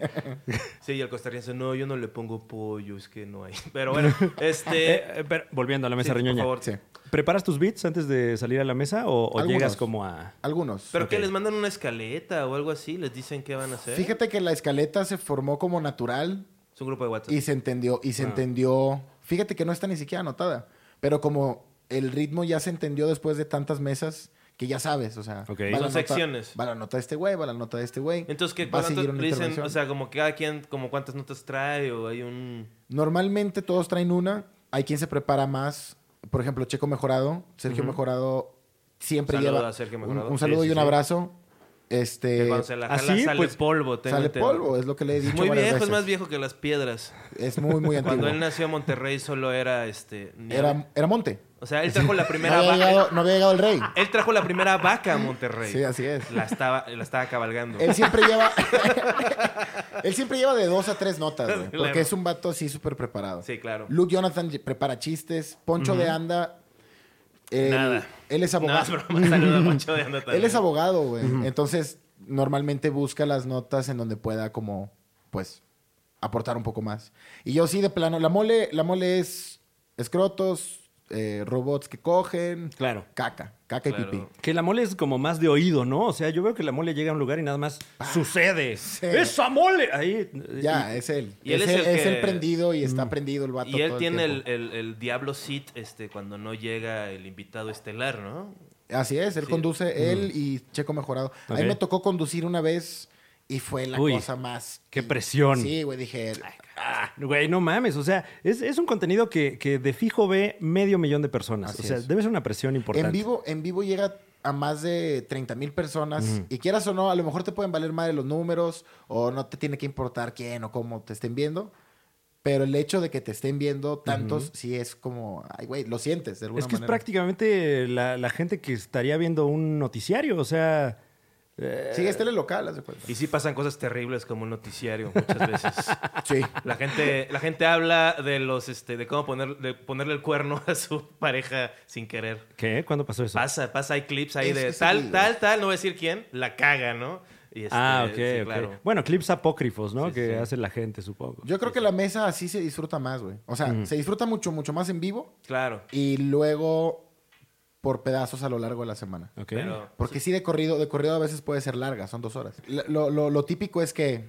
A: Sí, y el costarricense, no, yo no le pongo pollo, es que no hay. Pero bueno, este...
B: Eh, eh, pero volviendo a la
A: sí,
B: mesa
A: por
B: reñoña.
A: favor.
C: Sí.
B: ¿Preparas tus beats antes de salir a la mesa o, o
C: Algunos.
B: llegas como a...
C: Algunos.
A: ¿Pero
B: Ok.
A: que les mandan una escaleta o algo así? ¿Les dicen qué van a hacer?
C: Fíjate que la escaleta se formó como natural
A: Es un grupo de WhatsApp.
C: y se entendió. Y
B: Ah.
C: se entendió. Fíjate que no está ni siquiera anotada. Pero como el ritmo ya se entendió después de tantas mesas que ya sabes, o sea,
B: Ok.
C: va la
B: Son
C: nota-
A: secciones.
C: Va la nota de este güey, va la nota de este güey.
A: Entonces, ¿qué
C: va a
A: cuánto
C: seguir una
A: le dicen?
C: intervención.
A: O sea, como que cada quien, como cuántas notas trae o hay un...
C: Normalmente todos traen una. Hay quien se prepara más. Por ejemplo, Checo Mejorado. Sergio Mejorado siempre
A: Saludo
C: lleva.
A: a Sergio
C: un-
A: Mejorado.
C: Un, saludo
A: Sí,
C: y
A: sí,
C: un
A: sí.
C: abrazo. Este.
A: que cuando se la jala
B: así,
A: sale
B: pues,
A: polvo, tengo
C: Sale
A: entendido.
C: polvo, es lo que le he dicho.
A: Muy
C: varias
A: viejo, es
C: veces.
A: más viejo que las piedras.
C: Es muy, muy antiguo.
A: Cuando él nació en Monterrey solo era este... nieve.
C: Era, era monte.
A: O sea, él trajo la
C: No
A: primera
C: había,
A: vaca.
C: llegado, no había llegado el rey.
A: Él trajo la primera vaca a Monterrey.
C: Sí, así es.
A: La estaba, la estaba cabalgando.
C: Él siempre lleva. él siempre lleva de dos a tres notas, güey. Porque
A: Claro.
C: es un vato así súper preparado.
A: Sí, claro.
C: Luke Jonathan ye- prepara chistes. Poncho de Anda. él-
A: Nada.
C: Él es
A: No, es
C: abogado.
A: broma, saluda mucho de Anda
C: él
A: también.
C: es abogado, güey. Entonces, normalmente busca las notas en donde pueda, como, pues, aportar un poco más. Y yo sí, de plano. La mole, la mole es escrotos, eh, robots que cogen.
B: Claro.
C: Caca. Caca y
A: Claro.
C: pipí.
B: Que la mole es como más de oído, ¿no? O sea, yo veo que la mole llega a un lugar y nada más sucede. ¡Esa mole! Ahí.
C: Ah, Ya, es él.
A: y él
C: es,
A: es
C: el,
A: el
C: es el
A: que-
C: prendido y está prendido el vato.
A: Y él
C: todo el
A: tiene el,
C: tiempo.
A: el- el Diablo Seat este, cuando no llega el invitado estelar, ¿no?
C: Así es, él
A: Sí.
C: conduce él y Checo Mejorado. A
B: Mm. Ok.
C: mí me tocó conducir una vez y fue la
B: Uy,
C: cosa más.
B: qué presión.
C: Sí, güey, dije.
B: Ah, Güey, no mames. O sea, es, es un contenido que, que de fijo ve medio millón de personas.
C: Así
B: o sea,
C: es.
B: debe ser una presión importante.
C: En vivo, en vivo llega a más de 30 mil personas y quieras o no, a lo mejor te pueden valer madre los números o no te tiene que importar quién o cómo te estén viendo. Pero el hecho de que te estén viendo tantos, sí es como, ay, güey, lo sientes de alguna
B: Es que es
C: manera.
B: prácticamente la, la gente que estaría viendo un noticiario. O sea, eh,
C: Sí, es telelocal, haz de cuenta.
A: Y sí pasan cosas terribles como un noticiario muchas veces.
C: Sí.
A: La gente, la gente habla de los este, de cómo poner, de ponerle el cuerno a su pareja sin querer.
B: ¿qué? ¿Cuándo pasó eso?
A: Pasa, pasa, hay clips ahí
C: Es-
A: de
C: es
A: tal,
C: horrible.
A: tal, tal, no voy a decir quién, la caga, ¿no? Y este,
B: ah, ok,
A: sí,
B: ok.
A: claro.
B: Bueno, clips apócrifos, ¿no?
A: Sí,
B: que
A: sí.
B: hace la gente, supongo.
C: Yo creo que la mesa así se disfruta más, güey. O sea, se disfruta mucho, mucho más en vivo
A: Claro.
C: y luego por pedazos a lo largo de la semana.
B: Ok.
A: Pero,
C: Porque sí, de corrido, de corrido a veces puede ser larga, son dos horas. Lo, lo- lo- lo típico es que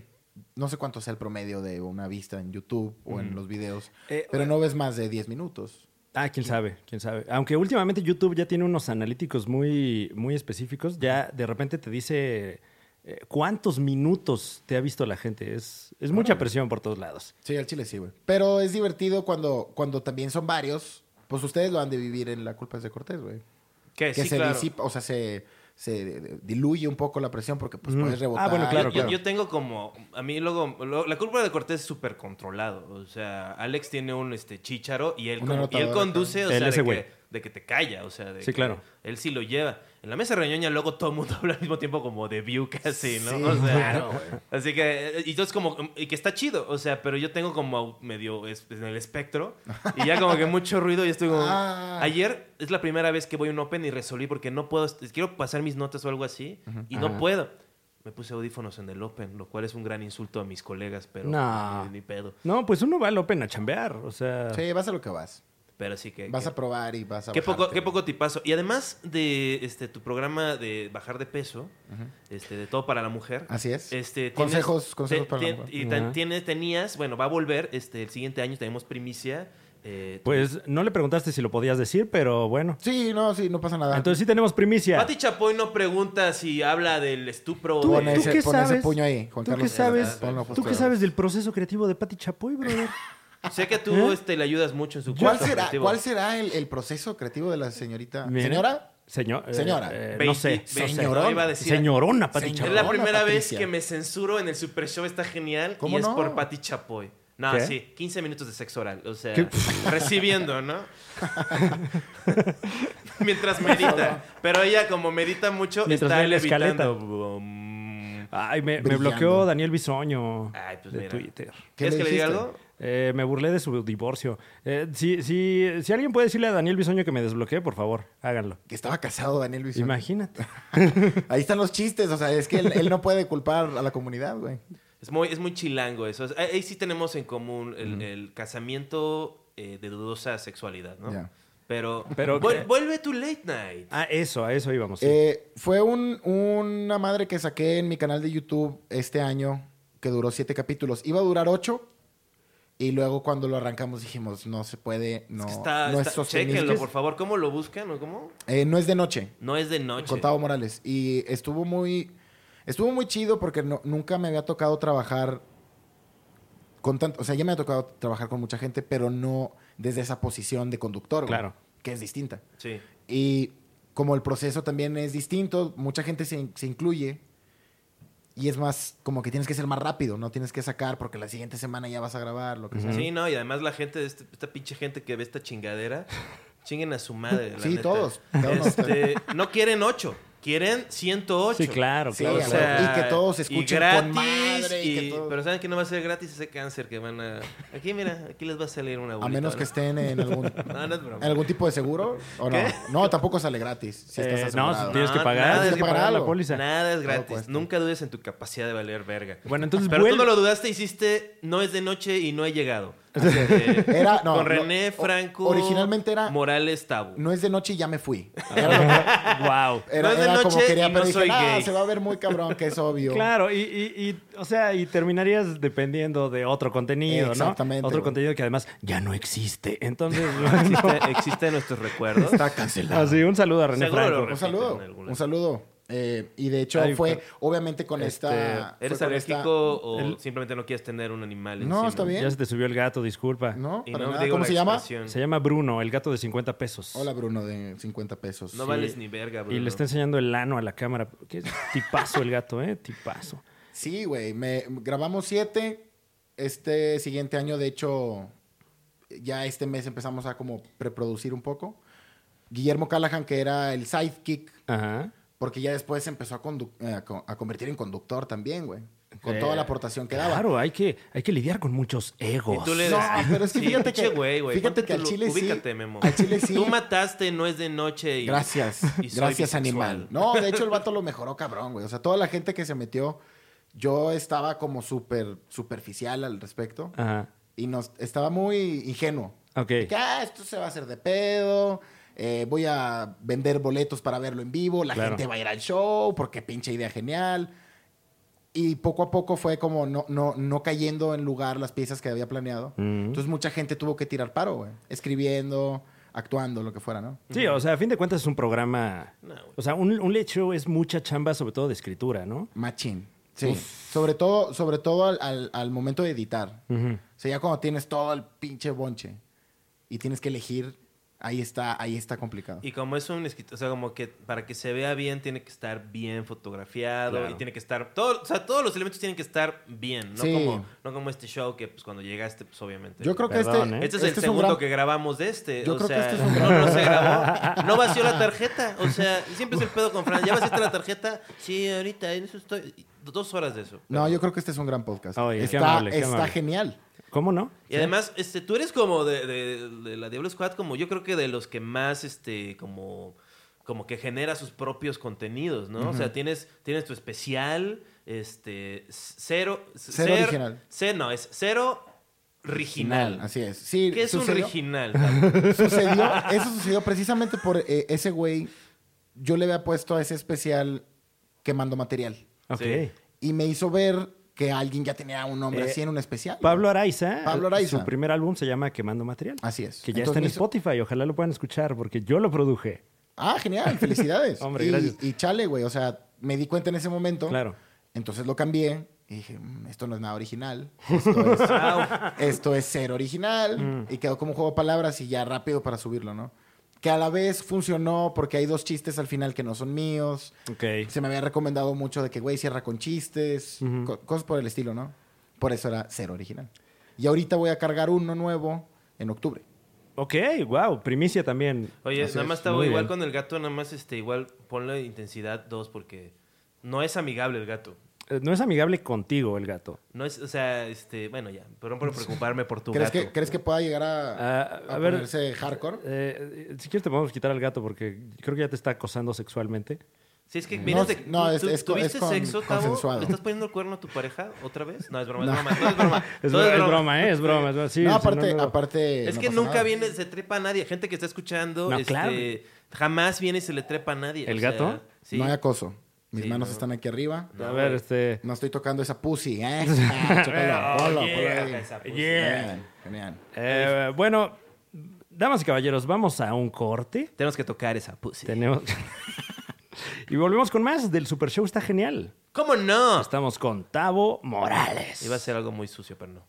C: no sé cuánto sea el promedio de una vista en YouTube o en los videos,
B: Eh,
C: pero no ves más de 10 minutos.
B: Ah, quién sabe, quién sabe. Aunque últimamente YouTube ya tiene unos analíticos muy, muy específicos, ya de repente te dice eh, cuántos minutos te ha visto la gente. Es, es mucha presión por todos lados.
C: Sí, al chile sí, güey. Pero es divertido cuando, cuando también son varios. Pues ustedes lo han de vivir en La Culpa es de Cortés, güey.
A: ¿qué?
C: Que
A: Eh, sí,
C: se
A: claro.
C: disipa, o sea, se, se diluye un poco la presión porque pues puedes rebotar.
B: bueno, claro,
A: yo, yo tengo como. A mí luego. lo- la curva de Cortés es súper controlado. O sea, Alex tiene un este chícharo y él,
C: Un
A: como- y
C: anotador
A: él
C: acá.
A: conduce, o
B: Él
A: sea,
B: ese
A: de
B: güey.
A: que, de que te calla. O sea, de
B: Sí,
A: que
B: claro.
A: Él sí lo lleva. En la mesa reñoña, luego todo el mundo habla al mismo tiempo como de view casi, ¿no?
C: Sí,
A: o sea,
C: claro, güey.
A: Así que. eh, Y entonces como. Y que está chido. O sea, pero yo tengo como medio es- en el espectro. Y ya como que mucho ruido y estoy como.
C: Ah.
A: Ayer es la primera vez que voy a un open y resolví porque no puedo, quiero pasar mis notas o algo así y no
B: Ajá.
A: puedo. Me puse audífonos en el open, lo cual es un gran insulto a mis colegas, pero
B: No.
A: ni, ni pedo.
B: No, pues uno va al Open a chambear, o sea...
C: Sí, vas a lo que vas.
A: Pero sí que...
C: Vas
A: que-
C: a probar y vas a.
A: Eh, Qué poco,
C: bajarte.
A: qué poco tipazo. Y además de este tu programa de bajar de peso, este, de todo para la mujer.
C: Así es.
A: Este, tienes-
C: Consejos- consejos para la
A: tien-
C: mujer.
A: Y tan-
B: Ajá.
A: tienes- tenías, bueno, va a volver este, el siguiente año, tenemos primicia. eh,
B: Pues no le preguntaste si lo podías decir, pero bueno.
C: Sí, no, sí, no pasa nada.
B: Entonces sí tenemos primicia.
A: Pati Chapoy no pregunta si habla del estupro.
B: ¿Tú,
A: o
C: Pon
A: de-
B: tú
C: ese-
B: qué
C: pon ese
B: sabes?
C: puño ahí, Juan
B: ¿Tú qué
C: Carlos.
B: sabes?
C: Ponlo justo
B: ¿Tú qué
C: ahí.
B: sabes del proceso creativo de Pati Chapoy, brother?
A: Sé que tú
B: ¿Eh?
A: este, le ayudas mucho en su
C: ¿Cuál
A: proceso
C: será,
A: creativo.
C: cuál será el, el proceso creativo de la señorita?
B: Mira.
C: Ah. ¿Señora?
B: Señor, eh,
C: Señora.
B: eh, no
A: Veinti-
B: sé.
A: veinti-
B: No sé.
A: no, iba a decir-
B: Señorona Pati
C: Señor-
A: Es
B: Chapoy.
A: la
C: Hola,
A: primera vez
C: Patricia.
A: que me censuro en el Super Show, está genial.
C: ¿Cómo
A: y es
C: no?
A: por Pati Chapoy. No,
B: ¿Qué?
A: sí, 15 minutos de sexo oral. O sea,
B: ¿Qué?
A: recibiendo, ¿no? Mientras medita. Pero ella, como medita mucho,
B: Mientras
A: está
B: ve la escaleta.
A: levitando. Bum.
B: Ay, me, me
C: Brillando.
B: bloqueó Daniel Bisoño
A: Ay, pues
B: de
A: mira.
B: Twitter.
C: ¿Qué
A: ¿Quieres
C: le
A: que le diga
C: dijiste?
A: algo?
B: Eh, me burlé de su divorcio. Eh, si, si, si alguien puede decirle a Daniel Bisoño que me desbloquee, por favor, háganlo.
C: Que estaba casado Daniel Luis.
B: Imagínate.
C: Ahí están los chistes, o sea, es que él, él no puede culpar a la comunidad, güey.
A: Es muy, es muy chilango eso. Es- ahí- Ahí sí tenemos en común el, el casamiento eh, de dudosa sexualidad, ¿no?
C: Ya.
A: Pero,
B: Pero
A: vuel-
B: que-
A: vuelve tu late night.
B: A Ah, eso, a eso íbamos. sí.
C: Eh, fue un- una madre que saqué en mi canal de YouTube este año que duró siete capítulos. Iba a durar ocho y luego cuando lo arrancamos dijimos, no se puede, no,
A: es que está,
C: no es
A: está-
C: sostenible.
A: chéquenlo, por favor. ¿Cómo lo buscan o cómo?
C: Eh, no es de noche.
A: No es de noche.
C: con Tavo Morales. Y estuvo muy. Estuvo muy chido porque no- nunca me había tocado trabajar con tanto. O sea, ya me ha tocado trabajar con mucha gente, pero no desde esa posición de conductor, güey,
B: Claro.
C: que es distinta.
A: Sí.
C: Y como el proceso también es distinto, mucha gente se, in- se incluye. Y es más, como que tienes que ser más rápido, no tienes que sacar porque la siguiente semana ya vas a grabar, lo que sea.
A: Sí, no, y además la gente, de este- esta pinche gente que ve esta chingadera, chinguen a su madre. la
C: Sí,
A: neta.
C: todos, cada uno.
A: Este, no quieren ocho, quieren 108.
B: sí, claro,
C: Sí,
B: claro.
C: a
A: O
C: huevo.
B: claro.
A: sea,
C: Y que todos
A: y
C: escuchen con madre y que todo.
A: Pero saben que no va a ser gratis ese cáncer que van a. Aquí, mira, aquí les va a salir una
C: A
A: bolita,
C: menos
A: ¿no?
C: que estén en algún,
A: No, no es broma.
C: en algún tipo de seguro. ¿o no?
A: ¿Qué?
C: no, tampoco sale gratis. Si
B: Eh,
C: estás asegurado.
B: no, tienes que
A: No,
B: pagar,
A: nada,
B: tienes
A: es
B: que
C: pagar
B: pagar la
C: algo.
B: póliza.
A: Nada es gratis.
C: cuesta.
A: Nunca dudes en tu capacidad de valer verga.
B: Bueno, entonces
A: Pero tú
B: vuelve.
A: no lo dudaste, hiciste No es de noche y no he llegado. Eh,
C: Era- no,
A: con
C: no,
A: René
C: o-
A: Franco.
C: originalmente era-
A: Morales Tabu.
C: No es de noche y ya me fui.
B: wow.
A: Ah.
C: Era,
A: No es de
C: era como
A: noche
C: quería,
A: y
C: pero
A: no
C: dije,
A: soy
C: "Ah,
A: gay".
C: se va a ver muy cabrón, que es obvio.
B: Claro, y, y- y, o sea, y terminarías dependiendo de otro contenido, ¿no?
C: Exactamente,
B: Otro
C: güey.
B: contenido que además ya no existe. Entonces,
A: Existe, existe en nuestros recuerdos.
C: Está cancelado.
B: así, un saludo a René
A: Seguro
B: Franco.
A: lo
C: Un saludo,
A: en algún lado.
C: un saludo. Eh, y de hecho
B: Ay,
C: fue,
B: pero-
C: obviamente con esta... fue
A: este, ¿Eres
C: con esta-
A: alérgico o simplemente no quieres tener un animal
C: No,
A: encima?
C: está bien.
B: Ya se te subió el gato, disculpa.
C: No,
A: Y
C: para
A: no
C: nada.
A: digo
C: ¿Cómo
A: la
C: se llama?
A: expresión.
B: Se llama Bruno, el gato de 50 pesos.
C: Hola Bruno, de 50 pesos.
A: No vales ni verga, bro.
B: Y le está enseñando el ano a la cámara. Qué tipazo el gato, ¿eh? Tipazo.
C: Sí, güey. me- Grabamos siete. Este siguiente año, de hecho, ya este mes empezamos a como preproducir un poco. Guillermo Callahan, que era el sidekick,
B: Ajá.
C: porque ya después se empezó a, condu- eh, a co- a convertir en conductor también, güey. Con toda la aportación que daba.
B: Claro, hay que, hay que lidiar con muchos egos.
A: Y tú le
C: No,
A: das-
C: pero es que
A: Sí,
C: fíjate que-
A: pinche güey, güey.
C: fíjate
A: Ponte
C: que al
A: tu-
C: chile sí-
A: ubícate, Memo.
C: al chile sí.
A: Tú mataste, no es de noche. Y,
C: Gracias.
A: y soy
C: Gracias,
A: bisexual.
C: animal. No, de hecho, el vato lo mejoró cabrón, güey. O sea, toda la gente que se metió, yo estaba como súper superficial al respecto.
A: Ah.
B: Ajá.
C: Y nos, estaba muy ingenuo.
B: Ok.
C: Que, ah, esto se va a hacer de pedo. eh, voy a vender boletos para verlo en vivo. La
B: Claro.
C: gente va a ir al show porque pinche idea genial. Y poco a poco fue como no, no, no cayendo en lugar las piezas que había planeado.
B: Mm.
C: Entonces mucha gente tuvo que tirar paro, güey. Escribiendo, actuando, lo que fuera, ¿no?
B: Sí, o sea, a fin de cuentas es un programa.
A: No, güey.
B: O sea, un, un late show es mucha chamba, sobre todo de escritura, ¿no?
C: Machín. Sí. Sobre todo, sobre todo al, al- al momento de editar. O sea, ya cuando tienes todo el pinche bonche y tienes que elegir, ahí está, ahí está complicado.
A: Y como es un escritor, o sea, como que para que se vea bien tiene que estar bien fotografiado
B: Claro.
A: y tiene que estar todo, o sea, todos los elementos tienen que estar bien, no
C: Sí.
A: como no como este show que pues cuando llegaste pues obviamente.
C: Yo creo que
B: Perdón,
C: este,
B: ¿eh?
A: este es el
C: un
A: segundo
C: gran-
A: que grabamos de este.
C: Yo
A: o
C: creo que
A: sea,
C: este es un gran-
A: no, no se grabó. No vació la tarjeta. O sea, siempre es el pedo con Fran. ¿Ya vaciaste la tarjeta? Sí, ahorita, en eso estoy. Y Dos horas de eso.
C: No, yo creo que este es un gran podcast.
B: Oye, qué
C: está
B: amable, qué
C: está
B: amable.
C: genial.
B: ¿Cómo no?
A: Y además, este, tú eres como de, de- de la Diablo Squad, como yo creo que de los que más, este, como, como que genera sus propios contenidos, ¿no? O sea, tienes, tienes tu especial, este, c- cero, c-
C: Cero
A: cer-
C: original.
A: ce- no, es cero Original.
C: Así es. Sí,
A: ¿Qué es un
C: sucedió-
A: original? cabrón?
C: sucedió- eso sucedió precisamente por eh, ese güey. Yo le había puesto a ese especial quemando material.
B: Ok.
A: Sí.
C: Y me hizo ver que alguien ya tenía un nombre
B: Eh,
C: así en un especial.
B: Pablo Araiza.
C: Pablo Araiza.
B: Su primer álbum se llama Quemando Material.
C: Así es.
B: Que ya
C: Entonces
B: está en
C: me hizo-
B: Spotify. Ojalá lo puedan escuchar porque yo lo produje.
C: Ah, genial, felicidades.
B: Hombre,
C: y,
B: gracias.
C: y chale, güey, o sea, me di cuenta en ese momento.
B: Claro.
C: Entonces lo cambié y dije, "Mm, esto no es nada original. Esto es, esto es ser
B: Mm.
C: original. Y quedó como un juego de palabras y ya rápido para subirlo, ¿no? Que a la vez funcionó porque hay dos chistes al final que no son míos.
B: Ok.
C: Se me había recomendado mucho de que, güey, cierra con chistes, co- cosas por el estilo, ¿no? Por eso era ser original. Y ahorita voy a cargar uno nuevo en octubre.
B: Ok, wow. Primicia también.
A: Oye,
C: Así
A: nada
C: es,
A: más estaba
B: muy
A: igual
B: bien.
A: con el gato, nada más este, igual ponle intensidad 2 porque no es amigable el gato.
B: Eh, No es amigable contigo el gato.
A: No es, o sea, este, bueno, ya, perdón por preocuparme por tu
C: ¿Crees
A: gato.
C: que, ¿Crees que pueda llegar a,
B: Ah,
C: a
B: a ver.
C: ponerse hardcore?
B: Eh, eh, si quieres te podemos quitar al gato porque creo que ya te está acosando sexualmente.
A: Sí, es que vienes de-
C: no,
A: ¿tú-
C: es-
A: tú-
C: es con-
A: ¿Tuviste
C: es con-
A: sexo, Tavo?
C: consensuado.
A: ¿Le estás poniendo el cuerno a tu pareja otra vez? No, es broma, es broma, todo es broma.
B: Es,
A: todo
B: bro- es broma, ¿eh? Es broma. es broma. Sí,
C: no,
B: sí,
C: aparte,
B: no, no.
C: aparte.
A: Es
C: no
A: que
C: pasa
A: nunca
C: nada.
A: viene, se trepa a nadie. Gente que está escuchando,
B: No,
A: este,
B: claro.
A: jamás viene y se le trepa a nadie.
B: ¿El
A: o sea,
B: gato?
A: sí.
C: No hay acoso. Mis
A: Sí,
C: manos
A: no.
C: están aquí arriba.
B: A ver, este...
C: No estoy tocando esa pussy. ¿eh? Ah, Chócalo,
B: Oh,
C: ponlo, ponlo
B: yeah.
C: ahí.
A: Esa pussy.
B: Yeah.
C: Genial, genial.
B: Eh, bueno, damas y caballeros, vamos a un corte.
A: Tenemos que tocar esa pussy.
B: Tenemos. y volvemos con más del Super Show. Está genial.
A: ¿Cómo no?
B: Estamos con Tavo Morales.
A: Iba a ser algo muy sucio, pero no.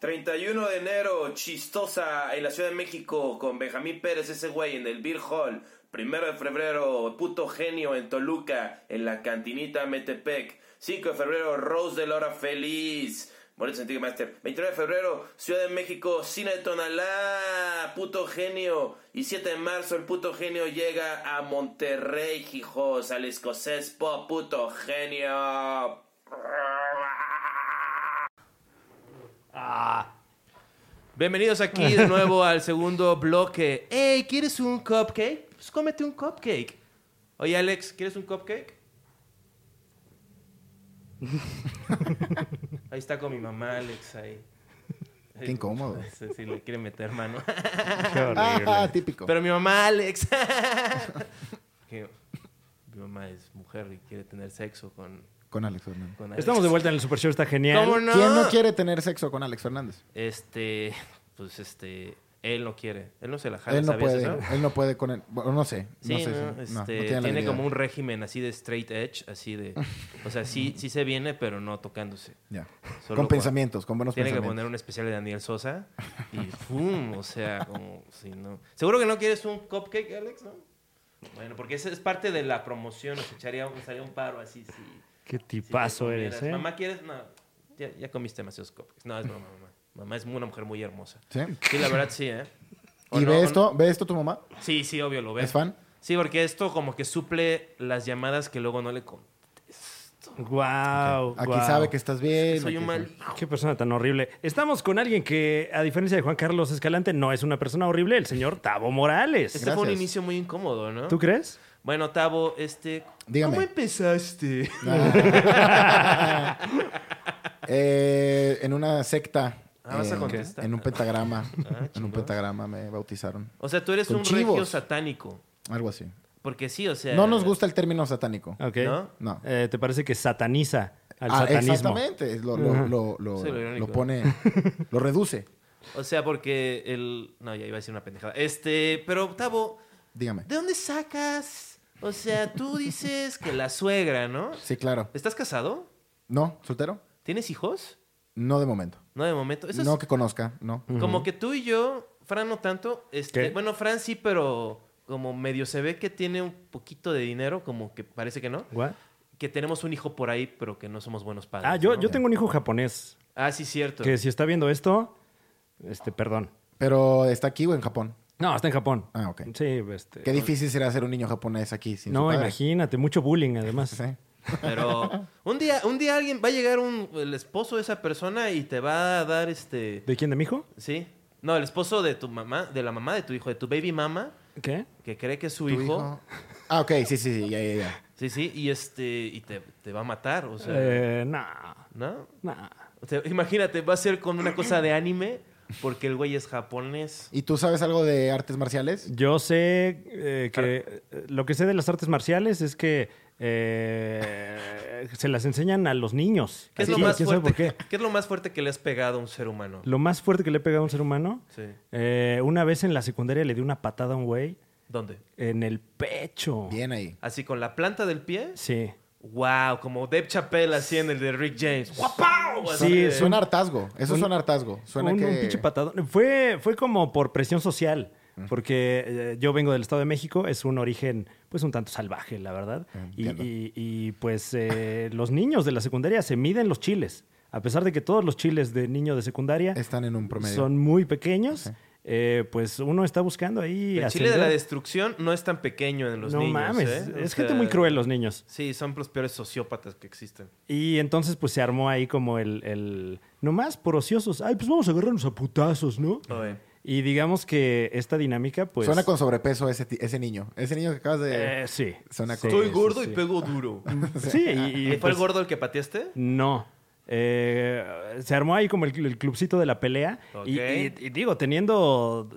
A: ...31 de enero, chistosa en la Ciudad de México con Benjamín Pérez, ese güey en el Beer Hall. Primero de febrero, puto genio en Toluca, en la cantinita Metepec. 5 de febrero, Rose de la Hora Feliz. Boletos en Ticketmaster. 29 de febrero, Ciudad de México, Cine de Tonalá, puto genio. Y 7 de marzo, el puto genio llega a Monterrey, hijos, al escocés pop, puto genio. Bienvenidos aquí de nuevo al segundo bloque. Hey, ¿quieres un cupcake? Pues cómete un cupcake. Oye, Alex, ¿quieres un cupcake? Ahí está con mi mamá, Alex, ahí.
C: Qué incómodo.
A: Sí, sí, le quiere meter mano.
B: Qué horrible.
C: Ah, típico.
A: Pero mi mamá, Alex. Que mi mamá es mujer y quiere tener sexo con,
C: Con Alex Fernández.
A: con Alex.
B: Estamos de vuelta en el Super Show. Está genial.
A: ¿Cómo no?
C: ¿Quién no quiere tener sexo con Alex Fernández?
A: Este, pues este, él no quiere. Él no se la jala,
C: Él no
A: ¿sabías
C: puede.
A: eso?
C: Él no puede con él. Bueno, no sé.
A: Sí,
C: no sé.
A: ¿no?
C: sí.
A: Este,
C: No, no tiene la
A: tiene
C: habilidad.
A: como un régimen así de straight edge, así de... O sea, sí, sí se viene, pero no tocándose.
C: Ya.
A: Solo
C: Con
A: cuando-
C: pensamientos, con buenos
A: Tiene que
C: pensamientos.
A: poner un especial de Daniel Sosa y ¡fum! O sea, como si no... Seguro que no quieres un cupcake, Alex, ¿no? Bueno, porque esa es parte de la promoción. Nos echaría un, estaría un paro así, sí.
B: Qué tipazo
A: Sí,
B: eres,
A: comieras.
B: ¿eh?
A: Mamá, ¿quieres? No, ya, ya comiste demasiados cupcakes. No, es broma, mamá. Mamá es una mujer muy hermosa.
C: ¿Sí?
A: Sí, la verdad sí, ¿eh? ¿O no? Pues,
C: ¿Y ve
A: ¿O
C: esto? ¿Ve esto tu mamá?
A: no? Sí, sí, obvio, lo ve.
C: ¿Es fan?
A: Sí, porque esto como que suple las llamadas que luego no le... con-
B: Wow.
C: Aquí sabe que estás bien.
A: pues, Soy un
C: aquí-
A: mal...
B: Qué persona tan horrible. Estamos con alguien que, a diferencia de Juan Carlos Escalante, no es una persona horrible, el señor Tavo Morales.
A: Este fue un
C: Gracias.
A: inicio muy incómodo, ¿no?
B: ¿Tú crees?
A: Bueno, Tavo, este...
C: Dígame.
A: ¿Cómo empezaste?
C: Eh, en una secta.
A: Ah, ¿vas a
C: eh,
A: contestar? Ah,
C: En un pentagrama. en
A: chingón.
C: un pentagrama me bautizaron.
A: O sea, tú eres
C: Con
A: un
C: chivos.
A: regio satánico.
C: Algo así.
A: Porque sí, o sea...
C: No nos gusta el término satánico.
B: Ok.
A: ¿No?
C: No.
B: Eh, ¿Te parece que sataniza al
C: Ah,
B: satanismo?
C: exactamente. Lo, lo, lo, lo-
A: Sí, lo irónico.
C: lo pone. lo reduce.
A: O sea, porque el... No, ya iba a decir una pendejada. Este, pero Tavo,
C: Dígame.
A: ¿de dónde sacas? O sea, tú dices que la suegra, ¿no?
C: Sí, claro.
A: ¿Estás casado?
C: ¿No? ¿Soltero?
A: ¿Tienes hijos?
C: No de momento.
A: No, de momento. Eso es-
C: No que conozca, no.
A: Como que tú y yo, Fran no tanto, este,
B: ¿Qué?
A: bueno, Fran sí, pero como medio se ve que tiene un poquito de dinero, como que parece que no,
B: What?
A: que tenemos un hijo por ahí, pero que no somos buenos padres.
B: Ah, yo,
A: ¿no?
B: yo tengo un hijo japonés.
A: Ah, sí, cierto.
B: Que si está viendo esto, este, perdón.
C: Pero está aquí o en Japón.
B: No, está en Japón.
C: Ah, ok.
B: Sí, este.
C: Qué difícil será ser un niño japonés aquí sin
B: no,
C: su padre.
B: imagínate, mucho bullying además.
C: Sí.
A: Pero un día, un día alguien va a llegar un, el esposo de esa persona y te va a dar este,
B: ¿De quién? ¿De mi hijo?
A: sí, no, el esposo de tu mamá, de la mamá de tu hijo, de tu baby mama,
B: ¿Qué?
A: que cree que es su
C: ¿Tu
A: hijo.
C: hijo? Ah, ok, sí, sí, sí, ya, ya, ya.
A: Sí, sí, y este y te, te va a matar, o sea,
B: Eh, nah,
A: ¿no?
B: nah.
A: O sea, imagínate, va a ser con una cosa de anime porque el güey es japonés.
C: ¿Y tú sabes algo de artes marciales?
B: Yo sé eh, que eh, lo que sé de las artes marciales es que eh, se las enseñan a los niños.
A: ¿Qué es,
B: Así,
A: lo más
B: ¿Quién sabe
A: fuerte,
B: por qué?
A: qué es lo más fuerte que le has pegado a un ser humano?
B: Lo más fuerte que le he pegado a un ser humano,
A: Sí.
B: eh, una vez en la secundaria le di una patada a un güey
A: ¿Dónde?
B: en el pecho.
C: Bien ahí.
A: ¿Así con la planta del pie?
B: Sí.
A: Wow, como Dave Chappelle así en el de Rick James. ¡Guapau! Así
B: Sí,
A: de-
B: es
C: Suena hartazgo. Eso
B: un-
C: suena hartazgo. Suena
B: un,
C: que...
B: un pinche patadón. Fue, fue como por presión social, porque eh, yo vengo del Estado de México, es un origen pues un tanto salvaje, la verdad. Y,
C: Entiendo.
B: y- y, pues eh, los niños de la secundaria se miden los chiles, a pesar de que todos los chiles de niño de secundaria
C: Están en un promedio.
B: son muy pequeños. eh, pues uno está buscando ahí.
A: El chile de la
B: ascender.
A: destrucción no es tan pequeño en los
B: ¿eh? no
A: niños.
B: mames,
A: ¿eh? O
B: es
A: sea,
B: gente muy cruel los niños.
A: Sí, son los peores sociópatas que existen.
B: Y entonces pues se armó ahí como el, el nomás por ociosos. Ay, pues vamos a agarrarnos a putazos, ¿no?
A: Oye,
B: Y digamos que esta dinámica, pues.
C: Suena con sobrepeso ese, ti- ese niño. Ese niño que acabas de...
B: Eh, sí.
C: Suena
B: Sí,
C: con-
A: Soy
B: sí,
A: gordo
B: sí.
A: y pego duro.
B: Sí, y. y,
A: ¿Y fue
B: pues,
A: el gordo el que pateaste?
B: No. Eh, se armó ahí como el, el clubcito de la pelea. Y-
A: Ok.
B: Y, y digo, teniendo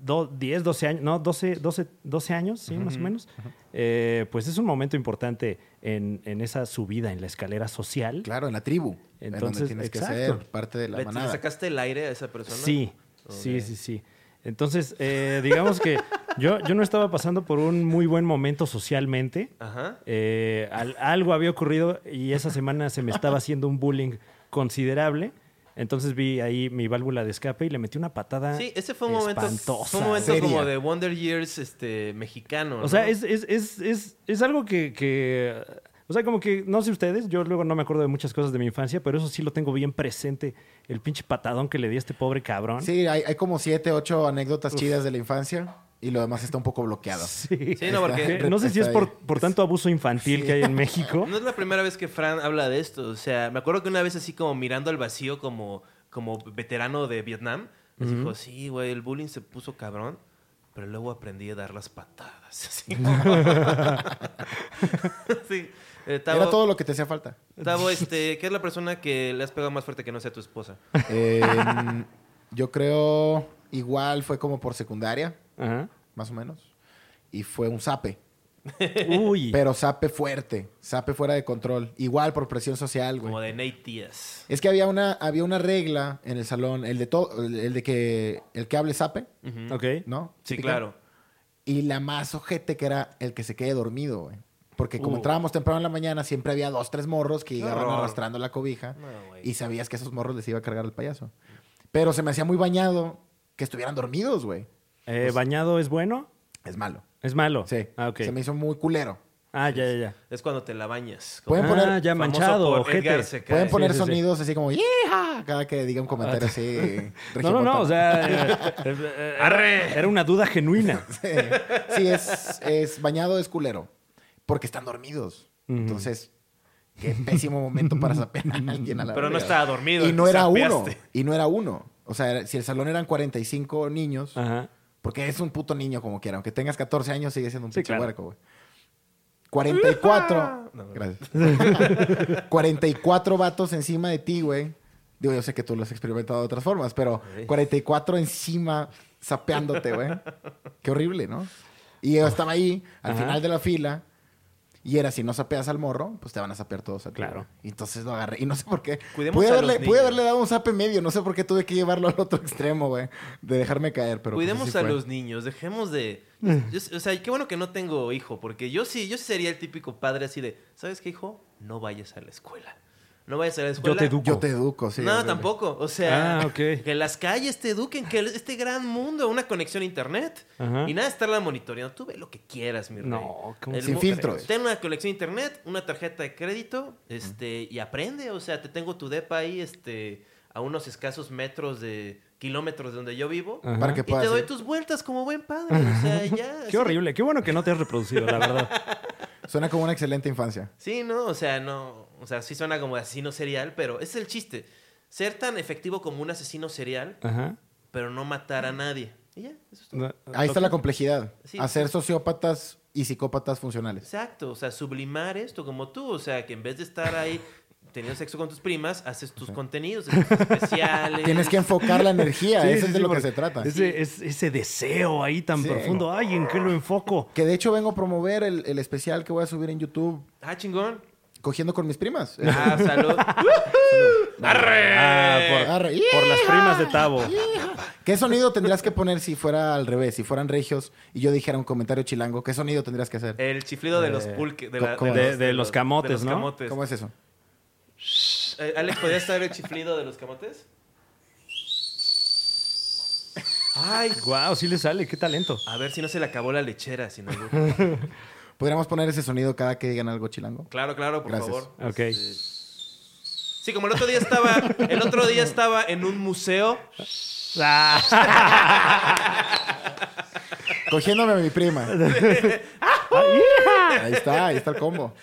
B: do- 10, 12 años, no, 12, 12, 12 años, sí, más o menos. eh, pues es un momento importante en, en esa subida en la escalera social.
C: Claro, en la tribu. en donde
B: Entonces,
C: tienes
B: exacto.
C: que ser parte de la
A: ¿Le, le
C: manada.
A: sacaste el aire a esa persona?
B: Sí,
A: Ok.
B: sí, sí, sí. Entonces, eh, digamos que yo, yo no estaba pasando por un muy buen momento socialmente.
A: Ajá.
B: Eh, al- algo había ocurrido y esa semana se me estaba haciendo un bullying considerable. Entonces vi ahí mi válvula de escape y le metí una patada.
A: Sí, ese fue un momento,
B: espantosa. ¿eh?
A: fue un momento
C: Seria.
A: como de Wonder Years este, mexicano.
B: O sea,
A: ¿no?
B: es, es- es- es- es algo que, que, O sea, como que, no sé ustedes, yo luego no me acuerdo de muchas cosas de mi infancia, pero eso sí lo tengo bien presente. El pinche patadón que le di a este pobre cabrón.
C: Sí, hay, hay como siete, ocho anécdotas chidas de la infancia y lo demás está un poco bloqueado.
B: Sí.
A: Sí, no,
B: Que
A: porque
B: no sé si es
C: Está
B: por,
C: ahí.
B: por tanto abuso infantil que hay en México.
A: no es la primera vez que Fran habla de esto. O sea, me acuerdo que una vez así como mirando al vacío como, como veterano de Vietnam, me dijo, sí, güey, el bullying se puso cabrón, pero luego aprendí a dar las patadas. Así. sí. Eh, Tavo-
C: Era todo lo que te hacía falta.
A: Tavo, este, ¿qué es la persona que le has pegado más fuerte que no sea tu esposa?
C: Eh, yo creo igual fue como por secundaria,
B: Ajá.
C: más o menos. Y fue un zape.
B: Uy.
C: Pero zape fuerte. Zape fuera de control. Igual por presión social, güey.
A: Como de Nate Diaz.
C: Es que había una, había una regla en el salón, el de todo, el, el de que el que hable zape,
A: Ujú.
B: Ok.
C: ¿no?
A: Sí,
C: Típica.
A: claro.
C: Y la más ojete que era el que se quede dormido, güey. Porque como
B: Uh.
C: entrábamos temprano en la mañana, siempre había dos, tres morros que llegaban
A: horror.
C: arrastrando la cobija.
A: No, güey.
C: y sabías que a esos morros les iba a cargar el payaso. Pero se me hacía muy bañado que estuvieran dormidos, güey.
B: Eh, ¿Bañado es bueno?
C: Es malo.
B: ¿Es malo?
C: pues Sí.
B: Ah, ok.
C: Se me hizo muy culero.
B: Ah, ya, ya, ya.
A: Es cuando te la bañas. como
C: Pueden
B: ah,
C: poner-
B: ya
A: famoso
B: manchado,
A: por
B: ojete.
A: Edgar se cae.
C: Pueden
B: Sí,
C: poner
B: sí, sí.
C: sonidos así como ¡Yeeja! cada que diga un comentario así.
B: No, no, no,
C: regiomontano.
B: o sea, eh, eh, eh, era una duda genuina.
C: sí, es, es bañado, es culero. Porque están dormidos. Entonces, qué pésimo momento para sapear a alguien a la
A: Pero no
C: verga.
A: estaba dormido,
C: Y no era uno.
A: sapeaste.
C: Y no era uno. O sea, era- si el salón eran 45 niños,
B: Ajá.
C: porque es un puto niño como quiera. Aunque tengas 14 años, sigue siendo un
B: Sí,
C: pinche
B: claro.
C: huerco, güey. 44.
A: No, no.
C: Gracias. 44 vatos encima de ti, güey. Digo, yo sé que tú lo has experimentado de otras formas, pero
A: Sí.
C: 44 encima sapeándote, güey. Qué horrible, ¿no? Y yo estaba ahí, al
B: Ajá.
C: final de la fila, y era si no sapeas al morro, pues te van a sapear todos a ti,
B: Claro.
C: güey. Y Entonces lo agarré, y no sé por qué.
A: Cuidemos
C: Pude
A: a los
C: haberle, pude
A: niños.
C: haberle dado un sape medio, no sé por qué tuve que llevarlo al otro extremo, güey, de dejarme caer, pero. pues,
A: Cuidemos
C: así
A: a
C: fue. Mm.
A: los niños, dejemos de... yo- o sea, qué bueno que no tengo hijo, porque yo sí, yo sí sería el típico padre así de, ¿sabes qué, hijo? No vayas a la escuela. No vayas a la escuela.
B: te educo.
C: Yo te educo, sí.
A: no,
C: horrible.
A: tampoco. O sea,
B: Ah, ok.
A: que las calles te eduquen, que este gran mundo, una conexión a internet.
B: Ajá.
A: Y nada de estarla monitoreando. Tú ve lo que quieras, mi rey.
B: No, ¿cómo
A: El
C: Sin
A: mu-
C: filtros.
A: Ten una conexión a internet, una tarjeta de crédito, este, y aprende. O sea, te tengo tu depa ahí, este, a unos escasos metros de kilómetros de donde yo vivo.
B: Ajá.
C: Para que
A: Y te
C: puedas.
A: doy
C: ir.
A: tus vueltas como buen padre. O sea, ya. así-
B: Qué horrible, qué bueno que no te has reproducido, la verdad.
C: Suena como una excelente infancia.
A: Sí, ¿no? O sea, no. O sea, sí suena como asesino serial, pero ese es el chiste. Ser tan efectivo como un asesino serial,
B: Ajá.
A: pero no matar a nadie. Y ya, eso es todo.
B: Mm. No,
C: Ahí está la complejidad.
A: Sí.
C: Hacer sociópatas y psicópatas funcionales.
A: Exacto, o sea, sublimar esto como tú, o sea, que en vez de estar ahí teniendo sexo con tus primas, haces tus contenidos haces tus especiales.
C: Tienes que enfocar la energía.
B: Sí,
C: Eso
B: sí,
C: es de
B: sí,
C: lo que
B: porque
C: se trata.
B: Ese, es- ese deseo ahí tan
C: Sí.
B: profundo. Ay, ¿en qué lo enfoco?
C: Que de hecho vengo a promover el, el especial que voy a subir en YouTube
A: Ah, chingón.
C: cogiendo con mis primas.
B: Eh.
A: Ah, eh. salud.
C: ¡Eh!
A: ¡Arre!
B: Ah, por,
C: Arre.
B: por las primas de Tavo.
C: ¿Qué sonido tendrías que poner si fuera al revés, si fueran regios y yo dijera un comentario chilango? ¿Qué sonido tendrías que hacer?
A: El chiflido de los pulques. De, la-
B: ¿cómo? De- Eh, de los camotes,
A: de los
B: ¿no?
A: camotes.
C: ¿Cómo es eso?
A: Eh, Alex, ¿podías saber el chiflido de los camotes? Ay,
B: Wow, sí le sale, qué talento.
A: a ver si no se le acabó la lechera, sino
C: Podríamos poner ese sonido cada que digan algo chilango.
A: Claro, claro, por
C: Gracias.
A: favor.
B: Ok.
A: Sí, como el otro día estaba, el otro día estaba en un museo.
B: Ah,
C: Cogiéndome a mi prima. ahí está, ahí está el combo.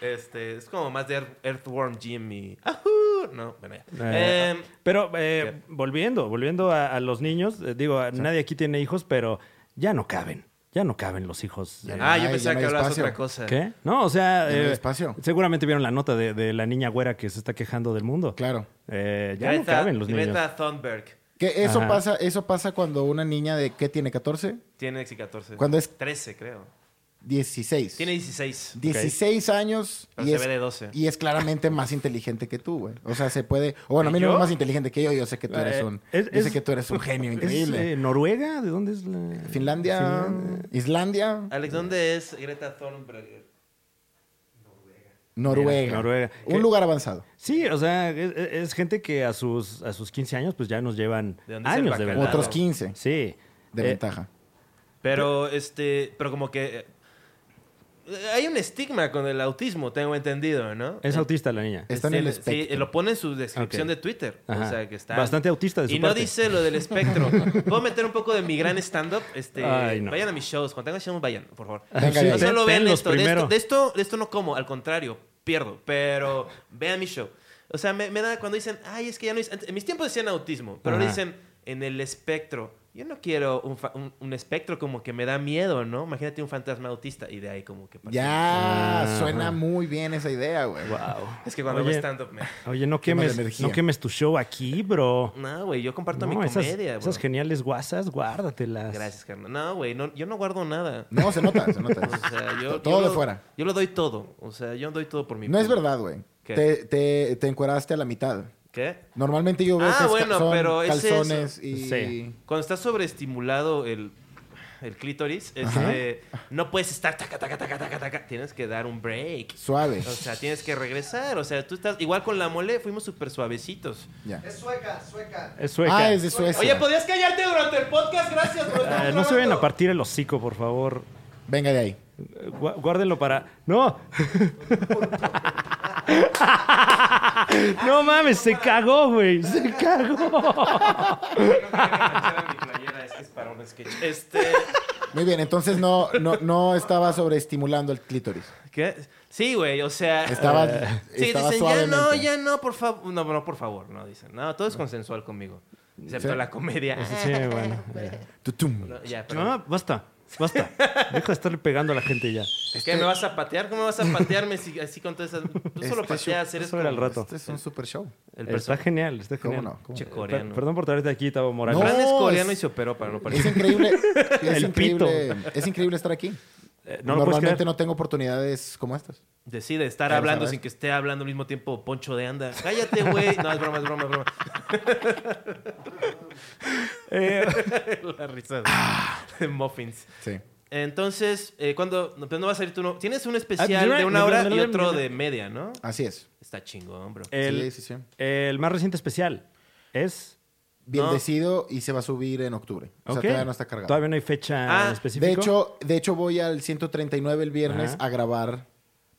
A: Este, es como más de Earth- Earthworm Jim y. ¡Ajú! No, bueno, ya.
B: eh,
A: Em,
B: pero eh, volviendo, volviendo a, a los niños, eh, digo, a- nadie aquí tiene hijos, pero ya no caben. Ya no caben los hijos.
C: Ya
B: eh,
C: no.
A: ah, yo
C: Ay,
A: pensaba
C: ya no hay
A: que hablabas
C: espacio.
A: otra cosa.
B: ¿Qué? No, o sea,
C: Ya no hay
B: eh,
C: espacio.
B: seguramente vieron la nota de, de la niña güera que se está quejando del mundo.
C: Claro.
B: Eh, ya no
A: Greta,
B: caben los niños.
A: Greta Thunberg
C: Que eso
B: Ajá.
C: pasa, eso pasa cuando una niña de ¿qué tiene? ¿14?
A: tiene 14.
C: Cuando es
A: 13, creo.
C: 16.
A: Tiene 16.
C: 16 años
A: Pero
C: y
A: se
C: es,
A: ve de 12.
C: y es claramente más inteligente que tú, güey. O sea, se puede. O bueno, a mí no
B: ¿Yo?
C: es más inteligente que yo. Yo sé que tú eres
B: Eh,
C: un.
B: es-
C: yo sé
B: es-
C: que tú eres un genio
B: ¿Es,
C: increíble.
B: eh, ¿Noruega? ¿De dónde es la-
C: Finlandia,
B: Finlandia.
C: Islandia,
A: Alex, ¿dónde es Greta Thunberg?
C: Noruega.
B: Mira, Noruega. Eh,
C: Un
B: ¿Qué?
C: lugar avanzado.
B: Sí, o sea, es, es- es gente que a sus, a sus 15 años pues ya nos llevan
A: ¿De dónde es el
B: años de
A: bacalao?
B: verdad.
A: Claro.
C: Otros 15
B: Sí.
C: de
B: Eh,
C: ventaja.
A: Pero, este, pero como que... eh, Hay un estigma con el autismo, tengo entendido, ¿no?
B: Es autista la niña.
C: Está en el
A: sí,
C: espectro.
A: lo pone en su descripción
B: Ok.
A: de Twitter.
B: Ajá.
A: O sea, que está...
B: Bastante autista de su
A: Y no
B: parte.
A: dice lo del espectro. ¿Puedo meter un poco de mi gran stand-up? Este,
B: Ay, no.
A: Vayan a mis shows. Cuando tengan shows, vayan, por favor.
C: Venga,
A: no
C: ya.
A: solo vean
B: Ven- venlos
A: esto de,
B: primero.
A: esto. de esto, de esto no como, al contrario, pierdo. Pero vean mi show. O sea, me, me da cuando dicen, ay, es que ya no hice- antes- En mis tiempos decían autismo, pero ahora
B: Ajá.
A: dicen en el espectro. Yo no quiero un, fa- un- un espectro como que me da miedo, ¿no? Imagínate un fantasma autista y de ahí como que...
C: Ya,
B: pues Ajá.
C: suena muy bien esa idea, güey.
B: Wow.
A: Es que cuando
B: Oye,
A: hago stand-up me...
B: Oye, no
C: Quema de
B: quemes,
C: energía.
B: no quemes tu show aquí, bro.
A: No, güey, yo comparto
B: No,
A: mi
B: esas,
A: comedia,
B: esas
A: bro.
B: geniales guasas, guárdatelas.
A: Gracias, carnal. No, güey, no- yo no guardo nada.
C: No, se nota, se nota.
A: O sea, yo,
C: Todo
A: yo
C: de
A: lo-
C: fuera.
A: Yo lo doy todo. O sea, yo doy todo por mi.
C: No es
A: público.
C: verdad, güey.
A: ¿Qué?
C: Te, te, te encueraste a la mitad.
A: ¿Qué?
C: Normalmente yo veo
A: Ah,
C: que es
A: bueno,
C: calzón,
A: pero es
C: calzones y...
B: Sí.
A: Cuando está sobreestimulado el, el clítoris, este, no puedes estar taca, taca, taca, taca, taca. Tienes que dar un break.
C: Suave.
A: O sea, tienes que regresar. O sea, tú estás. Igual con la mole, fuimos súper suavecitos.
C: Ya.
D: Es sueca, sueca.
B: Es sueca.
C: Ah, es de Suecia.
A: Oye, pues- ¿podías callarte durante el podcast? Gracias, bro.
B: Ah,
A: estamos
B: no se vayan a
A: grabando.
B: partir el hocico, por favor.
C: Venga de ahí.
B: Eh, gua- Guárdenlo para. ¡No! no mames, se cagó, güey. Se cagó.
A: No quería manchar mi playera, es que es para un sketch. Este.
C: Muy bien, entonces no, no, no estaba sobreestimulando el clítoris.
A: ¿Qué? Sí, güey, o sea. eh,
C: Estaba,
A: Sí,
C: estaba
A: dicen, ya
C: suavemente.
A: no, ya no, por favor. No, no, por favor, no, dicen. No, todo es consensual conmigo. Excepto
C: Sí.
A: la comedia.
B: Sí, bueno.
C: Tutum.
A: No, ya, perdón.
B: No, basta. Basta. Deja de estarle pegando a la gente ya.
A: ¿Es que me vas a patear? ¿Cómo vas a patearme si, así con todas esas... Tú solo
C: Este
A: pateas, eres
B: eso era
A: como
B: el rato.
C: Este es un super show.
A: el
B: está
A: personaje
B: genial, está
C: ¿Cómo
B: genial.
C: no? ¿Cómo no?
A: che coreano.
B: Eh, Per- Perdón por traerte aquí, Tavo Morales.
C: No.
A: Fran es coreano
C: es-
A: y se operó para no
C: Es
A: parecer.
C: increíble, es,
B: El pito.
C: increíble es increíble estar aquí.
B: Eh, no lo puedes
C: Normalmente
B: creer.
C: no tengo oportunidades como estas.
A: Decide estar
C: Claro,
A: hablando
C: ¿sabes?
A: sin que esté hablando al mismo tiempo Poncho de Anda. Cállate, güey. No, es broma, es broma, es broma.
B: Eh,
A: La risa de muffins.
C: Sí.
A: Entonces, eh, ¿cuándo? No, pero no va a salir tú. No. Tienes un
B: Ah,
A: especial
B: mira,
A: de una
B: mira,
A: hora
B: mira,
A: y
B: mira,
A: otro
B: mira.
A: de media, ¿no?
C: Así es.
A: Está chingón, bro.
C: Eh,
B: el,
C: Sí, sí, sí.
B: el más reciente especial es.
C: Bendecido y se va a subir en octubre. O sea,
B: Ok.
C: todavía no está cargado.
B: Todavía no hay fecha
A: Ah,
B: específica.
C: de hecho, de hecho voy al 139 el viernes
B: Ajá.
C: a grabar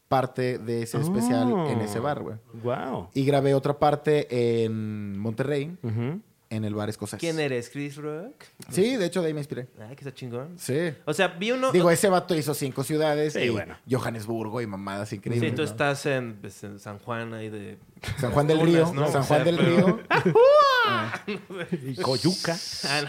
C: parte de ese especial
B: Oh.
C: en ese bar, güey.
B: Wow.
C: Y grabé otra parte en Monterrey,
B: Mm.
C: en el bar escocés.
A: ¿Quién eres? ¿Chris Rock?
C: Sí, de hecho de ahí me inspiré.
A: Ay, que está chingón.
C: Sí.
A: O sea, vi uno...
C: Digo, ese vato hizo cinco ciudades
B: Sí,
C: y
B: bueno.
C: Johannesburgo y mamadas
A: Sí,
C: increíbles.
A: tú
C: ¿no?
A: estás en, pues, en San Juan ahí de...
C: San Juan del
A: Dunas,
C: Río,
A: ¿no?
C: San
A: O sea,
C: Juan del
A: pero-
C: Río.
B: Y Coyuca.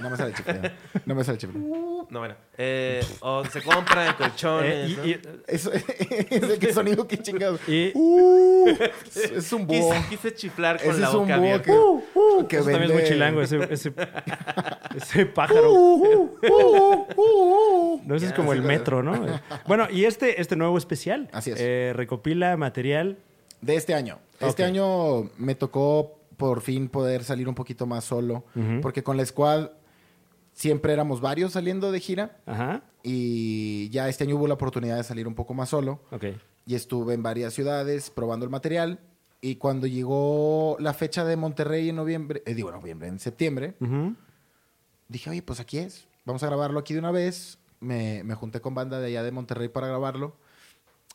C: No me sale chiflado. No me sale chiflado.
A: No, bueno. Eh, o se compran colchones.
B: Eh,
A: ¿no?
B: y- y-
C: Eso, ese que sonido que chingado.
B: Y-
C: Uh, es- es un búho.
A: quise, quise chiflar con
C: Ese
A: la
C: es un
A: boca
C: búho que,
A: abierta.
C: que
B: Uh, eso también es muy
C: vende-
B: chilango, ese, ese, ese
C: Uh,
B: pájaro.
C: uh, uh, uh, uh, uh.
B: No, ese es como
C: Así
B: el
C: lo-
B: metro, ¿no? Bueno, y este, este nuevo especial.
C: Así es.
B: eh, recopila material.
C: De este año. Este
B: Ok.
C: año me tocó por fin poder salir un poquito más solo. Porque con la squad siempre éramos varios saliendo de gira.
B: Ajá.
C: Y ya este año hubo la oportunidad de salir un poco más solo.
B: Ok.
C: Y estuve en varias ciudades probando el material. Y cuando llegó la fecha de Monterrey en noviembre, eh, digo noviembre, en septiembre,
B: Ujú.
C: dije, oye, pues aquí es. Vamos a grabarlo aquí de una vez. Me, me junté con banda de allá de Monterrey para grabarlo.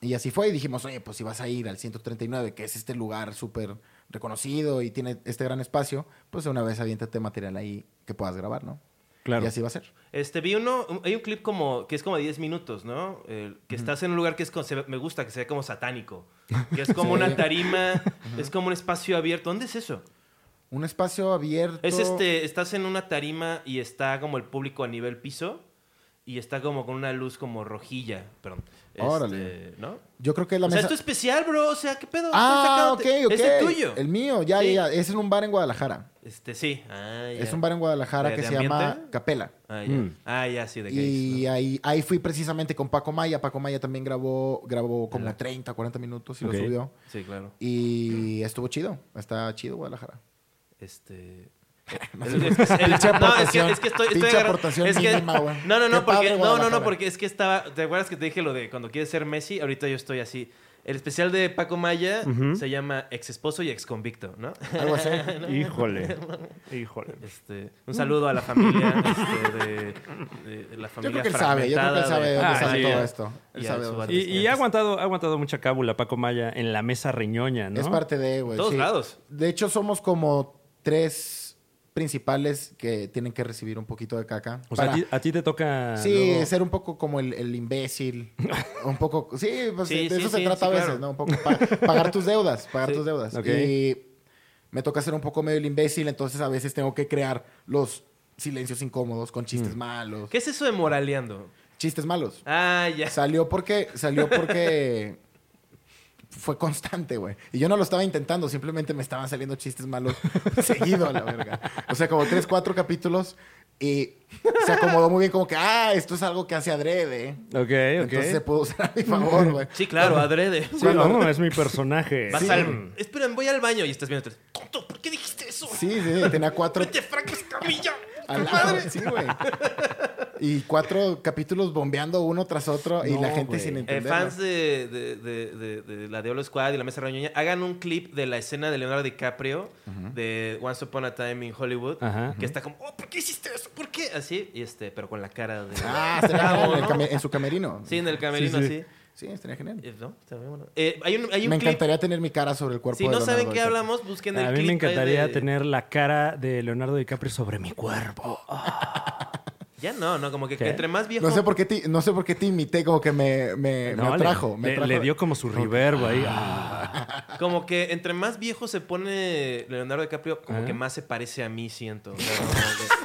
C: Y así fue. Y dijimos, oye, pues si vas a ir al 139, que es este lugar súper reconocido y tiene este gran espacio, pues de una vez aviéntate material ahí que puedas grabar, ¿no?
B: Claro.
C: Y así va a ser.
A: Este, vi uno, un- hay un clip como, que es como 10 minutos, ¿no? El- que estás en un lugar que es, con- se ve- me gusta, que se ve como satánico. Que es como una tarima, es como un espacio abierto. ¿Dónde es eso?
C: Un espacio abierto.
A: Es este, estás en una tarima y está como el público a nivel piso y está como con una luz como rojilla, perdón. Este,
C: Órale.
A: ¿No?
C: Yo creo que la
A: O sea,
C: mesa...
A: esto es especial, bro. O sea, ¿qué pedo?
C: Ah, ok,
A: Sácate.
C: ok.
A: Es el tuyo.
C: El mío, ya,
A: Sí.
C: ya. Es en un bar en Guadalajara.
A: Este, sí. Ah, ya.
C: Es un bar en Guadalajara
A: ¿De-
C: que
A: de
C: se llama
A: ambiente?
C: Capela.
A: Ah, ya.
B: Mm.
A: Ah, ya, sí, de gays,
C: Y
A: ¿no?
C: ahí, ahí fui precisamente con Paco Maya. Paco Maya también grabó, grabó como 30, 40 minutos y
B: Ok.
C: lo subió.
A: Sí, claro.
C: Y estuvo chido. Está chido Guadalajara.
A: Este.
C: sé.
A: Es- es- el-
C: Pinche
A: no, es que,
C: aportación.
A: es que estoy, estoy
C: Pinche
A: agarrando-
C: aportación
A: es que-
C: mínima, güey.
A: no, no, no,
C: Qué
A: porque,
C: padre,
A: no, no, no,
C: Guadalajara.
A: porque es que estaba. ¿Te acuerdas que te dije lo de cuando quieres ser Messi? Ahorita yo estoy así. El especial de Paco Maya se llama Ex esposo y ex convicto, ¿no?
C: Algo así.
B: Híjole. Híjole.
A: Este, un saludo a la familia este, de, de- de la
C: Mm. Yo
A: familia
C: creo que él sabe. Yo creo que él
A: fragmentada
C: sabe dónde
A: de
B: Ah,
C: sale
B: sí.
C: todo esto. Él
A: Y a
C: sabe
A: su
C: dónde
A: barrio.
B: Y, y ha aguantado, ha aguantado mucha cábula Paco Maya en la mesa riñoña, ¿no?
C: Es parte de, güey.
A: Todos lados.
C: De hecho, somos como tres principales que tienen que recibir un poquito de caca.
B: O sea, a
C: para-
B: ti, a ti te
A: Ah,
B: toca.
C: Sí,
B: luego-
C: ser un poco como el, el imbécil. un poco. Sí, pues,
A: Sí,
C: de
A: sí,
C: eso
A: sí,
C: se trata
A: sí,
C: a veces,
A: claro.
C: ¿no? Un poco pa- pagar tus deudas, pagar
A: Sí.
C: tus deudas.
B: Ok.
C: Y me toca ser un poco medio el imbécil, entonces a veces tengo que crear los silencios incómodos con chistes malos.
A: Mm. ¿Qué es eso de moraleando?
C: Chistes malos.
A: Ah, ya.
C: Salió porque. Salió porque. Fue constante, güey. Y yo no lo estaba intentando, simplemente me estaban saliendo chistes malos seguido a la verga. O sea, como tres, cuatro capítulos y se acomodó muy bien, como que, ah, esto es algo que hace adrede.
B: Ok, ok.
C: Entonces se pudo usar a mi favor, güey.
A: Sí, claro, adrede.
B: Sí, no, no, es mi personaje.
A: Vas
B: Sí.
A: al. Esperen, voy al baño y estás viendo. tres, Tonto, ¿por qué dijiste eso?
C: Sí, sí, tenía cuatro
A: Vete, Franco Escamilla.
C: al lado. Sí, güey. Y cuatro capítulos bombeando uno tras otro y
B: No,
C: la gente
B: güey.
C: sin
A: Eh,
B: Eh,
C: entender.
A: fans de, de- de- de- de la Diablo Squad y la Mesa Reñoña, hagan un clip de la escena de Leonardo DiCaprio de Once Upon a Time in Hollywood,
B: Ajá.
A: que está como, oh, ¿por qué hiciste eso? ¿Por qué? Así, y este, pero con la cara de.
C: Ah, estaría
A: Bravo,
C: genial en, el
A: ¿no?
C: came- en su camerino.
A: Sí, en el camerino,
B: Sí,
A: sí.
B: sí.
C: Sí, estaría genial.
A: Eh, ¿no? Está bien, bueno. Eh, hay un, hay un
C: Me
A: clip.
C: encantaría tener mi cara sobre el cuerpo
A: Si
C: de
A: no
C: Leonardo
A: saben qué
C: DiCaprio.
A: hablamos, busquen el
B: A
A: clip.
B: mí me
A: ahí
B: encantaría
A: de-
B: tener la cara de Leonardo DiCaprio sobre mi cuerpo.
A: Ya no, no, como que,
B: ¿Qué?
A: que entre más viejo.
C: No sé, por qué te, no sé por qué te imité, como que me, Eh, me,
B: No,
C: me
B: le-
C: atrajo. me
B: le,
C: atrajo. Ah,
B: le dio como su reverb ahí.
A: Como que entre más viejo se pone Leonardo DiCaprio, como
B: Ah.
A: que más se parece a mí, siento. O sea, como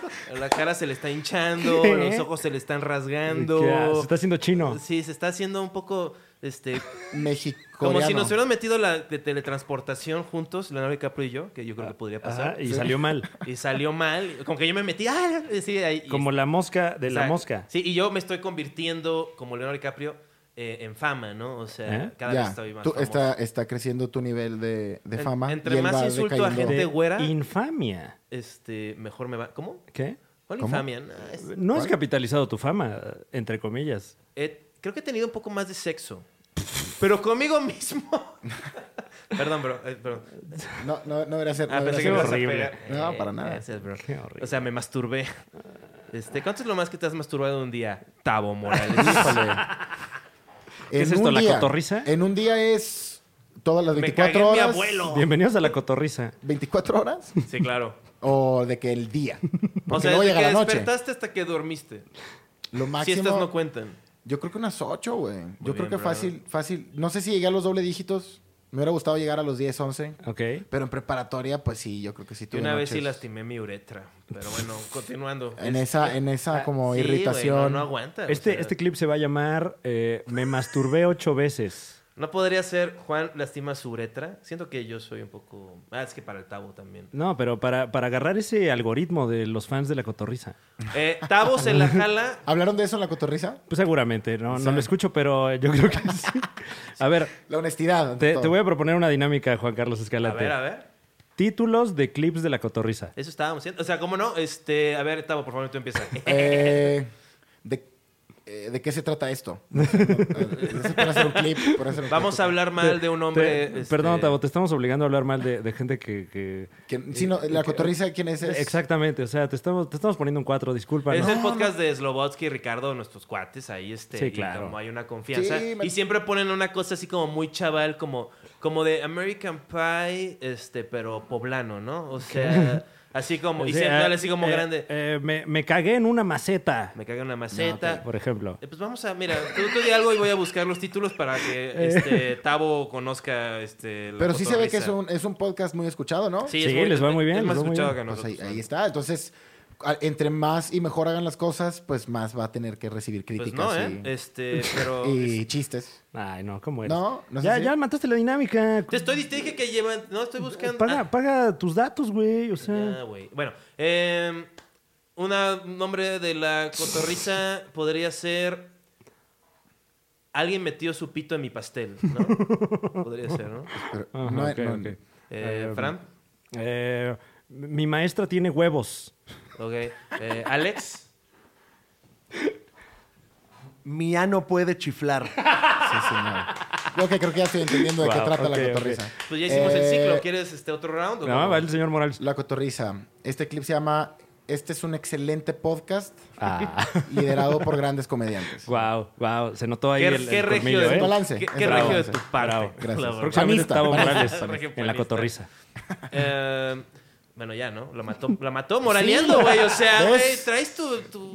A: que la cara se le está hinchando,
B: ¿Qué?
A: los ojos se le están rasgando.
B: Que, ah, se está haciendo chino.
A: Sí, se está haciendo un poco, este...
C: Mexicoreano.
A: Como si nos hubiéramos metido la de teletransportación juntos, Leonardo DiCaprio y yo, que yo creo que podría pasar.
B: Ajá, y salió mal.
A: y... salió mal. Como que yo me metí... ¡Ah! Sí, ahí, y-
B: Como la mosca de la
A: Exacto.
B: mosca.
A: Sí, y yo me estoy convirtiendo, como Leonardo DiCaprio, eh, en fama, ¿no? O sea,
B: ¿Eh?
A: cada
C: Ya,
A: vez estoy más
C: tú-
A: famoso.
C: está, está creciendo tu nivel de, de
A: En-
C: fama.
A: entre
C: y él
A: más
C: va
A: insulto a
C: decayendo.
A: gente-
B: De
A: güera.
B: infamia.
A: Este, mejor me va... ¿Cómo?
B: ¿Qué?
A: ¿Cuál
C: ¿Cómo? Eh,
A: infamia? No, ah, es-
B: No has capitalizado tu fama, entre comillas.
A: eh, creo que he tenido un poco más de sexo. Pero conmigo mismo. perdón, bro. eh, perdón.
C: No, no, no debería ser.
A: Ah,
C: no
A: pensé que me
B: qué
C: debería
A: ibas a
C: ser-
B: horrible.
A: pegar.
C: No,
A: Eh,
C: para nada.
A: gracias, bro.
B: Qué horrible.
A: O sea, me masturbé. Este, ¿Cuánto es lo más que te has masturbado en un día? Tavo Morales.
B: ¿Qué es
C: En
B: esto,
C: un
B: la
C: día-
B: cotorriza?
C: En un día es todas las
A: me cagué
C: 24
A: en mi
C: horas.
A: abuelo.
B: Bienvenidos a la cotorriza.
C: 24 horas
A: Sí, claro.
C: o de que el día.
A: O
C: Porque
A: sea,
C: luego
A: desde
C: llega
A: que
C: la noche.
A: despertaste hasta que dormiste.
C: Lo
A: Siestas
C: máximo.
A: no cuentan.
C: yo creo que unas 8, güey. Yo creo
A: bien,
C: que
A: bravo.
C: fácil, fácil. No sé si llegué a los doble dígitos. Me hubiera gustado llegar a los 10, 11.
B: Ok.
C: Pero en preparatoria, pues sí, yo creo que sí
A: Y
C: tuve
A: una vez sí
C: noches
A: lastimé mi uretra. Pero bueno, continuando. Ah,
C: En esa, en esa como
A: Sí, güey,
C: irritación.
A: no, no aguanta. o
B: Este,
A: sea,
B: este clip se va a llamar eh, Me masturbé ocho veces.
A: No podría ser Juan lastima su uretra. Siento que yo soy un poco. Ah, es que para el tabo también.
B: No, pero para, para agarrar ese algoritmo de los fans de la cotorriza.
A: Eh, tabo se la jala.
C: ¿Hablaron de eso en la cotorriza?
B: Pues seguramente, no, no
C: Sí.
B: lo escucho, pero yo creo que sí. A ver,
C: La honestidad. ante
B: te,
C: todo.
B: te voy a proponer una dinámica, Juan Carlos
A: A
B: Escalante.
A: ver, a ver.
B: Títulos de clips de la cotorriza.
A: Eso estábamos haciendo. O sea, ¿cómo no? Este, a ver, Tabo, por favor, tú empieza.
C: Eh, de, eh, ¿De qué se trata esto? No sé, no, eh, es para hacer un clip. para hacer un
A: Vamos a
C: clip.
A: hablar mal de un hombre.
B: Te-
A: este,
B: Perdón, Tabo, te estamos obligando a hablar mal de, de gente que... que-
C: ¿Quién- sí, no, la cotorriza, ¿quién es? Es-
B: Exactamente, o sea, te estamos, te estamos poniendo un cuatro, disculpa.
A: Es el podcast de Slobotsky y Ricardo, nuestros cuates, ahí este,
B: Sí,
A: y
B: claro.
A: como hay una confianza.
C: Sí, me-
A: Y siempre ponen una cosa así como muy chaval, como, como de American Pie, este, pero poblano, ¿no? O sea, así como, y
B: eh,
A: siempre habla así como grande.
B: me, me cagué en una maceta,
A: Me caga una maceta.
B: por ejemplo.
A: Eh, Pues vamos a, mira, tú, tú di algo y voy a buscar los títulos para
B: Eh.
A: que este Tabo conozca este la
C: Pero sí se ve que
A: cotorriza.
C: es un, es un podcast muy escuchado, ¿no?
A: es
B: Sí, les va muy bien,
A: Es más
B: les va muy
A: escuchado
B: bien.
A: que
C: Pues
A: nosotros.
C: ahí, ahí está. Entonces, a- entre más y mejor hagan las cosas, pues más va a tener que recibir
A: Pues
C: críticas
A: no, ¿eh?
C: y,
A: Este, pero...
C: y chistes.
B: Ay, no, ¿cómo eres?
C: No, no sé
B: ya,
C: si-
B: ya mataste la dinámica.
A: Te, estoy, te dije que llevan... No, estoy buscando...
B: Paga,
A: Ah,
B: paga tus datos, güey, o
A: ya,
B: sea...
A: güey. Bueno, eh, una un nombre de la cotorriza podría ser... Alguien metió su pito en mi pastel, ¿no? Podría ser, ¿no?
C: Pero
B: Ajá,
C: no,
B: Ah, ok,
C: no-
B: ok.
A: Eh,
B: Eh,
A: Fran,
B: Eh, mi maestra tiene huevos.
A: ok. Eh, Alex,
D: Mi ano puede chiflar.
C: sí, sí, no. Yo que creo que ya estoy entendiendo de qué
B: Wow,
C: trata
B: ok,
C: la
B: ok.
C: cotorriza.
A: pues ya hicimos el
C: Eh,
A: ciclo. ¿Quieres este otro round? o
B: No,
A: cómo?
B: va el señor Morales.
C: La cotorriza. Este clip se llama Este es un excelente podcast
B: Ah,
C: liderado por grandes comediantes.
B: wow, wow. Se notó ahí
A: ¿Qué,
B: el, el
A: qué regio
B: colmillo,
A: de
B: ¿eh?
A: tu
C: Balance,
A: ¿Qué,
C: es
A: qué
C: bravo.
A: regio de tu parte?
B: Bravo.
C: Gracias.
A: la verdad.
B: Próximamente
C: Panista,
B: Tavo
C: panista,
B: Morales
A: panista.
B: en la cotorriza.
A: Eh, bueno, ya, ¿no? La mató, la mató moraleando, güey. O sea,
C: ¿Ves?
A: güey, traes tu... tu-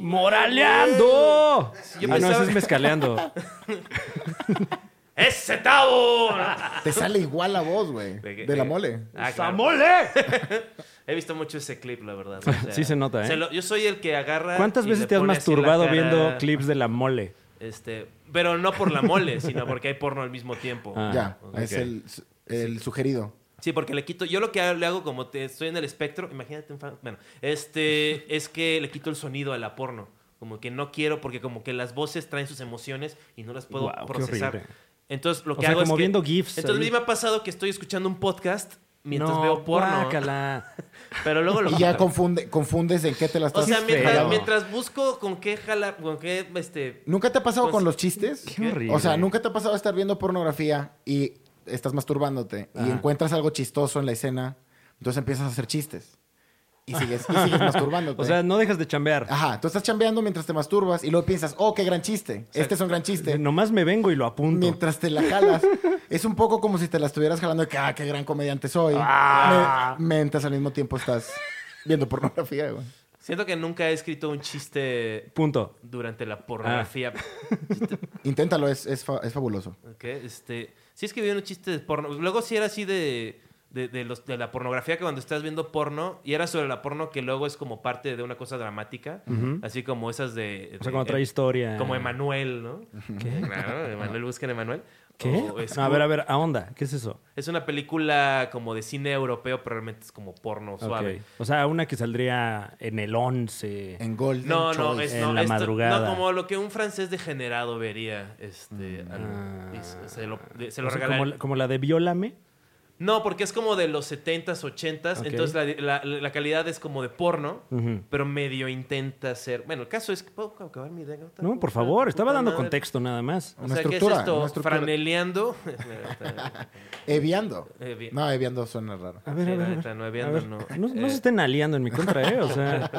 A: Yo
B: ¡Moraleando! ah, no,
A: pensaba-
B: ese es mezcaleando.
A: ¡Ese tabo!
C: Te sale igual la voz, güey.
A: ¿De qué?
C: De la mole.
A: Ah, claro.
B: ¡Zamole!
A: He visto mucho ese clip, la verdad. o sea,
B: Sí se nota, ¿eh?
A: lo- yo soy el que agarra...
B: ¿Cuántas
A: y le
B: veces te has
A: pone así en la
B: masturbado
A: cara,
B: viendo clips de la mole?
A: Este, pero no por la mole, sino porque hay porno al mismo tiempo.
B: Ah.
C: ya,
B: ok.
C: es el, el sugerido.
A: Sí, porque le quito... Yo lo que hago- le hago como te- estoy en el espectro... Imagínate un fan... Bueno, este... es que le quito el sonido a la porno. Como que no quiero porque como que las voces traen sus emociones y no las puedo
B: Guau, qué
A: procesar.
B: horrible.
A: Entonces lo
B: O
A: que
B: sea,
A: hago
B: como
A: es que-
B: viendo GIFs
A: Entonces a mí
B: ahí.
A: me ha pasado que estoy escuchando un podcast mientras
B: No,
A: veo porno.
B: guácala.
A: Pero luego lo
C: Y ya confunde, confundes en qué te la
A: O
C: estás
A: sea, mientras,
C: jalando.
A: mientras busco con qué jalar, con qué este
C: ¿Nunca te ha pasado
A: Pues,
C: con los chistes?
B: Qué horrible.
C: O sea, ¿nunca te ha pasado estar viendo pornografía y estás masturbándote y encuentras algo chistoso en la escena? Entonces empiezas a hacer chistes. Y sigues, y sigues masturbándote.
B: O sea, no dejas de chambear.
A: Ah,
C: Ajá, tú estás chambeando mientras te masturbas y luego piensas, oh, qué gran chiste. Este es un gran chiste.
B: Nomás me vengo y lo apunto.
C: Mientras te la jalas. es un poco como si te la estuvieras jalando de que, ah, qué gran comediante soy.
B: Ah.
C: Me- mientras al mismo tiempo estás viendo pornografía, güey.
A: siento que nunca he escrito un chiste
B: Punto.
A: durante la pornografía.
B: Ah.
C: Inténtalo, es, es, fa- es fabuloso.
A: Ok, este, sí escribí un chiste de porno. Luego sí era así de de, de los, de la pornografía que cuando estás viendo porno y era sobre la porno que luego es como parte de una cosa dramática, así como esas de,
B: O sea,
A: de-
B: cuando trae
A: eh,
B: historia.
A: como Emanuel, ¿no? Que, claro, Emanuel busquen Emanuel.
B: ¿Qué?
A: O es-
B: No, a ver, a ver, a onda. ¿Qué es eso?
A: Es una película como de cine europeo, pero realmente es como porno suave.
B: Ok. O sea, una que saldría en el 11.
C: En Golden
A: No, no,
C: Choice.
A: es
B: En
A: no,
B: la
A: esto-
B: madrugada.
A: no, como lo que un francés degenerado vería. Este, al- y se- se lo, de- se lo
B: Mm, O sea,
A: regalaría.
B: como, la- como la de Viólame.
A: No, porque es como de los 70s, 80s.
B: Ok.
A: Entonces la, la- la calidad es como de porno,
B: Ujú.
A: pero medio intenta ser. Bueno, el caso es que. ¿Puedo acabar mi anécdota?
B: No, por
A: Puta,
B: favor,
A: puta
B: estaba dando
A: madre.
B: contexto nada más.
A: O
C: Una
A: sea, ¿qué es
C: estructura,
A: esto?
C: una estructura.
A: Franeleando.
C: Eviando.
A: Eh, bien.
C: No, Eviando suena raro.
B: A ver,
A: Sí,
B: a
A: la
B: ver. a
A: neta,
B: ver.
A: no,
B: A
A: viendo,
B: ver,
A: no.
B: No no
A: Eh.
B: se estén aliando en mi contra, ¿eh? O sea,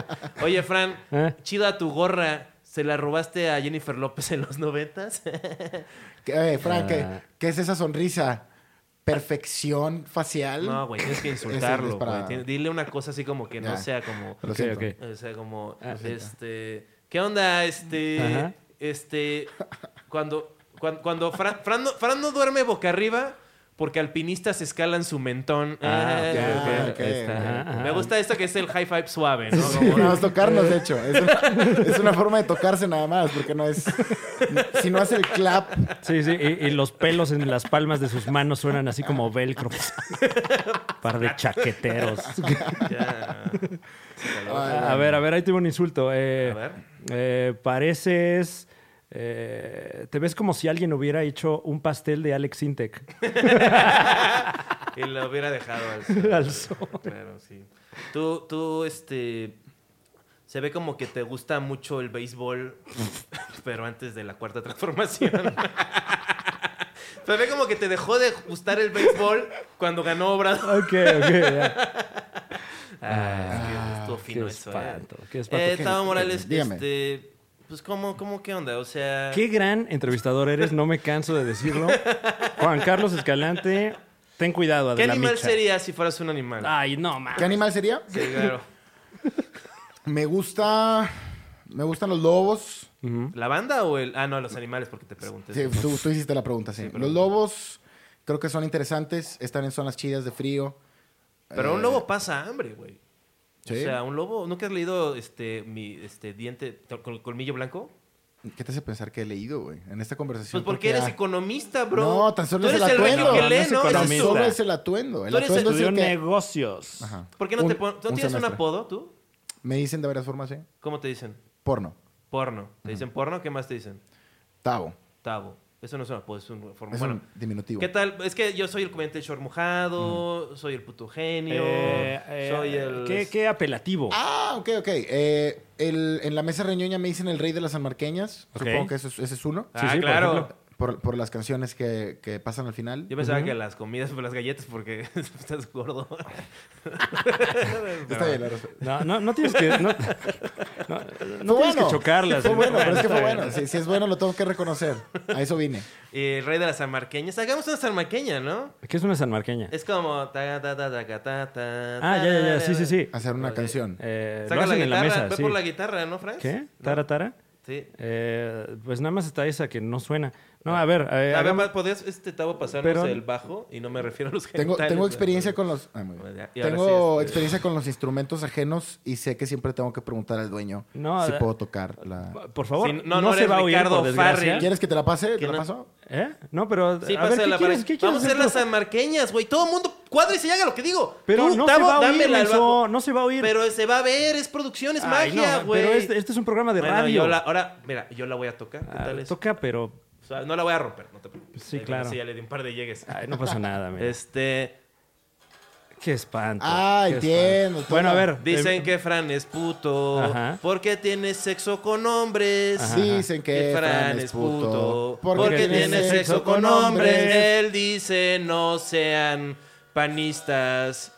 A: Oye, Fran,
B: ¿Eh?
A: chida tu gorra. ¿Se la robaste a Jennifer López en los noventas?
C: ¿Qué, eh, Frank, ¿qué-
B: Ah.
C: ¿qué es esa sonrisa? ¿Perfección facial?
A: No, güey, tienes que
C: Ese es
A: insultarlo,
C: para-
A: güey. Tien- Dile una cosa así como que no
C: Ya.
A: sea como...
C: Lo
B: Ok,
C: siento.
B: ok.
A: O sea, como,
B: Ah, sí,
A: este... ¿Qué onda, este...
B: Ajá.
A: Este... Cuando... Cuando, cuando Fran, Fran no, Fran no duerme boca arriba porque alpinistas escalan su mentón.
B: Ah,
A: Eh,
C: ya,
A: ok,
C: ok,
A: ahí está.
B: ok. Ajá,
A: Me
B: ajá.
A: gusta esto que es el high five suave, ¿no?
C: No,
A: Como-
C: nada más tocarnos, de hecho. Es una, es una forma de tocarse nada más, porque no es. Si no hace el clap,
B: Sí, sí, y, y los pelos en las palmas de sus manos suenan así como velcro. Par de chaqueteros.
A: Ya.
B: A ver, a ver, ahí tengo un insulto. Eh,
A: A ver.
B: eh, pareces. eh, te ves como si alguien hubiera hecho un pastel de Alex Intec.
A: Y lo hubiera dejado al sol.
B: Al sol.
A: Claro, sí. Tú, tú, este. Se ve como que te gusta mucho el béisbol, pero antes de la cuarta transformación. Se ve como que te dejó de gustar el béisbol cuando ganó Obrador.
B: Ok, ok. ya.
A: Ah, estuvo fino
B: qué
A: eso,
B: espanto,
A: eh.
B: qué espanto.
A: Eh,
B: Qué-
A: Tavo Morales,
C: dígame.
A: este, pues, ¿cómo, cómo, qué onda? O sea,
B: Qué gran entrevistador eres, no me canso de decirlo. Juan Carlos Escalante, ten cuidado,
A: ¿qué
B: Adela
A: animal
B: Micha. Ah.
A: sería si fueras un animal?
B: Ay, no, man.
C: ¿qué animal sería?
A: Sí, claro.
C: Me gusta. Me gustan los lobos.
B: ¿Mm?
A: ¿La banda o el...? Ah, no, los animales, porque te pregunté.
C: Sí, tú, tú hiciste la pregunta, sí.
A: pero-
C: Los lobos creo que son interesantes. Están en zonas chidas de frío.
A: Pero
C: eh,
A: un lobo pasa hambre, güey. O
C: Sí.
A: sea, un lobo... ¿Nunca has leído este, mi este, diente, col- colmillo blanco?
C: ¿Qué te hace pensar que he leído, güey? En esta
A: Pues
C: conversación. creo
A: porque
C: que
A: eres
C: ha-
A: economista, bro.
C: No, tan solo
A: Tú
C: es el
A: eres el
C: atuendo.
A: regio que
B: No,
A: lee,
B: no es
A: ¿no? Ese
C: Tan
A: es-
B: economista.
C: solo es el atuendo. El
A: Tú eres
C: atuendo es
B: Estudió
C: el que...
B: negocios.
C: Ajá.
A: ¿Por qué no
C: Un-
A: te pon- ¿No
C: un
A: tienes un
C: semestre.
A: apodo, tú?
C: Me dicen de varias formas, ¿eh?
A: ¿Cómo te dicen?
C: Porno.
A: Porno. ¿Te dicen porno? ¿Qué más te dicen?
C: Tabo.
A: Tabo. Eso no es un apodo, es un... forma-
C: Es
A: bueno,
C: un diminutivo.
A: ¿Qué tal? Es que yo soy el comediante short mojado, soy el puto genio,
B: Eh, eh,
A: soy el...
B: ¿qué, qué apelativo?
C: Ah, ok, ok. Eh, el- en la mesa reñoña me dicen el rey de las sanmarqueñas.
B: Ok.
C: Supongo que eso es- ese es uno.
A: Ah,
B: sí, por
A: claro.
B: ejemplo.
C: Por, por las canciones que, que pasan al final.
A: Yo pensaba que las comidas, pues, las galletas, porque estás gordo.
C: Está bien, la respuesta.
B: No, no, no tienes que. No, no- no
C: Fue
B: tienes
C: bueno.
B: que chocarlas. ¿eh?
C: Fue bueno, pero es que fue
B: está
C: bueno.
B: bien.
C: Si, si es bueno, lo tengo que reconocer. A eso vine.
A: Eh, el rey de las sanmarqueñas. Hagamos una sanmarqueña, ¿no?
B: ¿Qué es una sanmarqueña?
A: Es como... ta, ta, ta, ta, ta, ta, ta,
B: Ah, ya, ya, ya. Sí, sí, sí.
C: Hacer una canción.
B: Eh, lo
A: Saca la
B: hacen en la
A: guitarra,
B: mesa.
A: ve
B: sí.
A: por la guitarra, ¿no, Frank?
B: ¿Qué? ¿Tara, tara?
A: Sí.
B: Eh, pues nada más está esa que no suena. No, a ver. eh,
A: A ver,
B: hagamos-
A: ma- ¿podrías este tabo pasarnos
B: Pero-
A: el bajo? Y no me refiero a los
C: Tengo,
A: genitales,
C: tengo
A: ¿no?
C: experiencia con los. ah, muy bien.
A: Bueno, ya. Y ahora
C: Tengo
A: sí, este-
C: experiencia con los instrumentos ajenos y sé que siempre tengo que preguntar al dueño
B: No,
C: si
B: da-
C: puedo tocar la.
B: por favor,
A: Sí, no,
B: no,
A: no
B: se
A: eres
B: va a oír
A: Ricardo
B: por desgracia.
A: Farri.
C: ¿Quieres que te la pase? ¿Te
A: ¿Quién
C: la
A: no?
C: paso?
B: ¿Eh? No, pero
A: Sí,
B: a ver, ¿qué
A: pásala para-
B: quieres? ¿Qué quieres
A: Vamos a hacer las sanmarqueñas, güey. Todo el mundo, cuadra y se haga lo que digo.
B: Pero
A: Tú,
B: no se
A: Tavo,
B: va a oír,
A: dámela al
B: menso,
A: bajo.
B: no se va a oír.
A: Pero se va a ver, es producción, es
B: Ay, no,
A: magia, güey.
B: Pero este, este es un programa de
A: Bueno,
B: radio.
A: yo la- ahora, mira, yo la voy a tocar. ¿Qué
B: Ah,
A: tal es?
B: Toca, pero
A: O sea, no la voy a romper, no te preocupes.
B: Sí,
A: Ahí con
B: claro.
A: eso ya le di un par de llegues.
B: ay, no pasa nada. mira.
A: Este,
B: Qué espanto.
C: Ah,
B: qué
C: entiendo,
B: espanto. Bueno, a
C: todo.
B: ver.
A: dicen
B: eh,
A: que Fran es puto.
B: Ajá.
A: Porque tiene sexo con hombres.
B: Ajá.
C: Dicen que Fran es puto. Porque tiene sexo con hombres.
A: Él dice no sean panistas.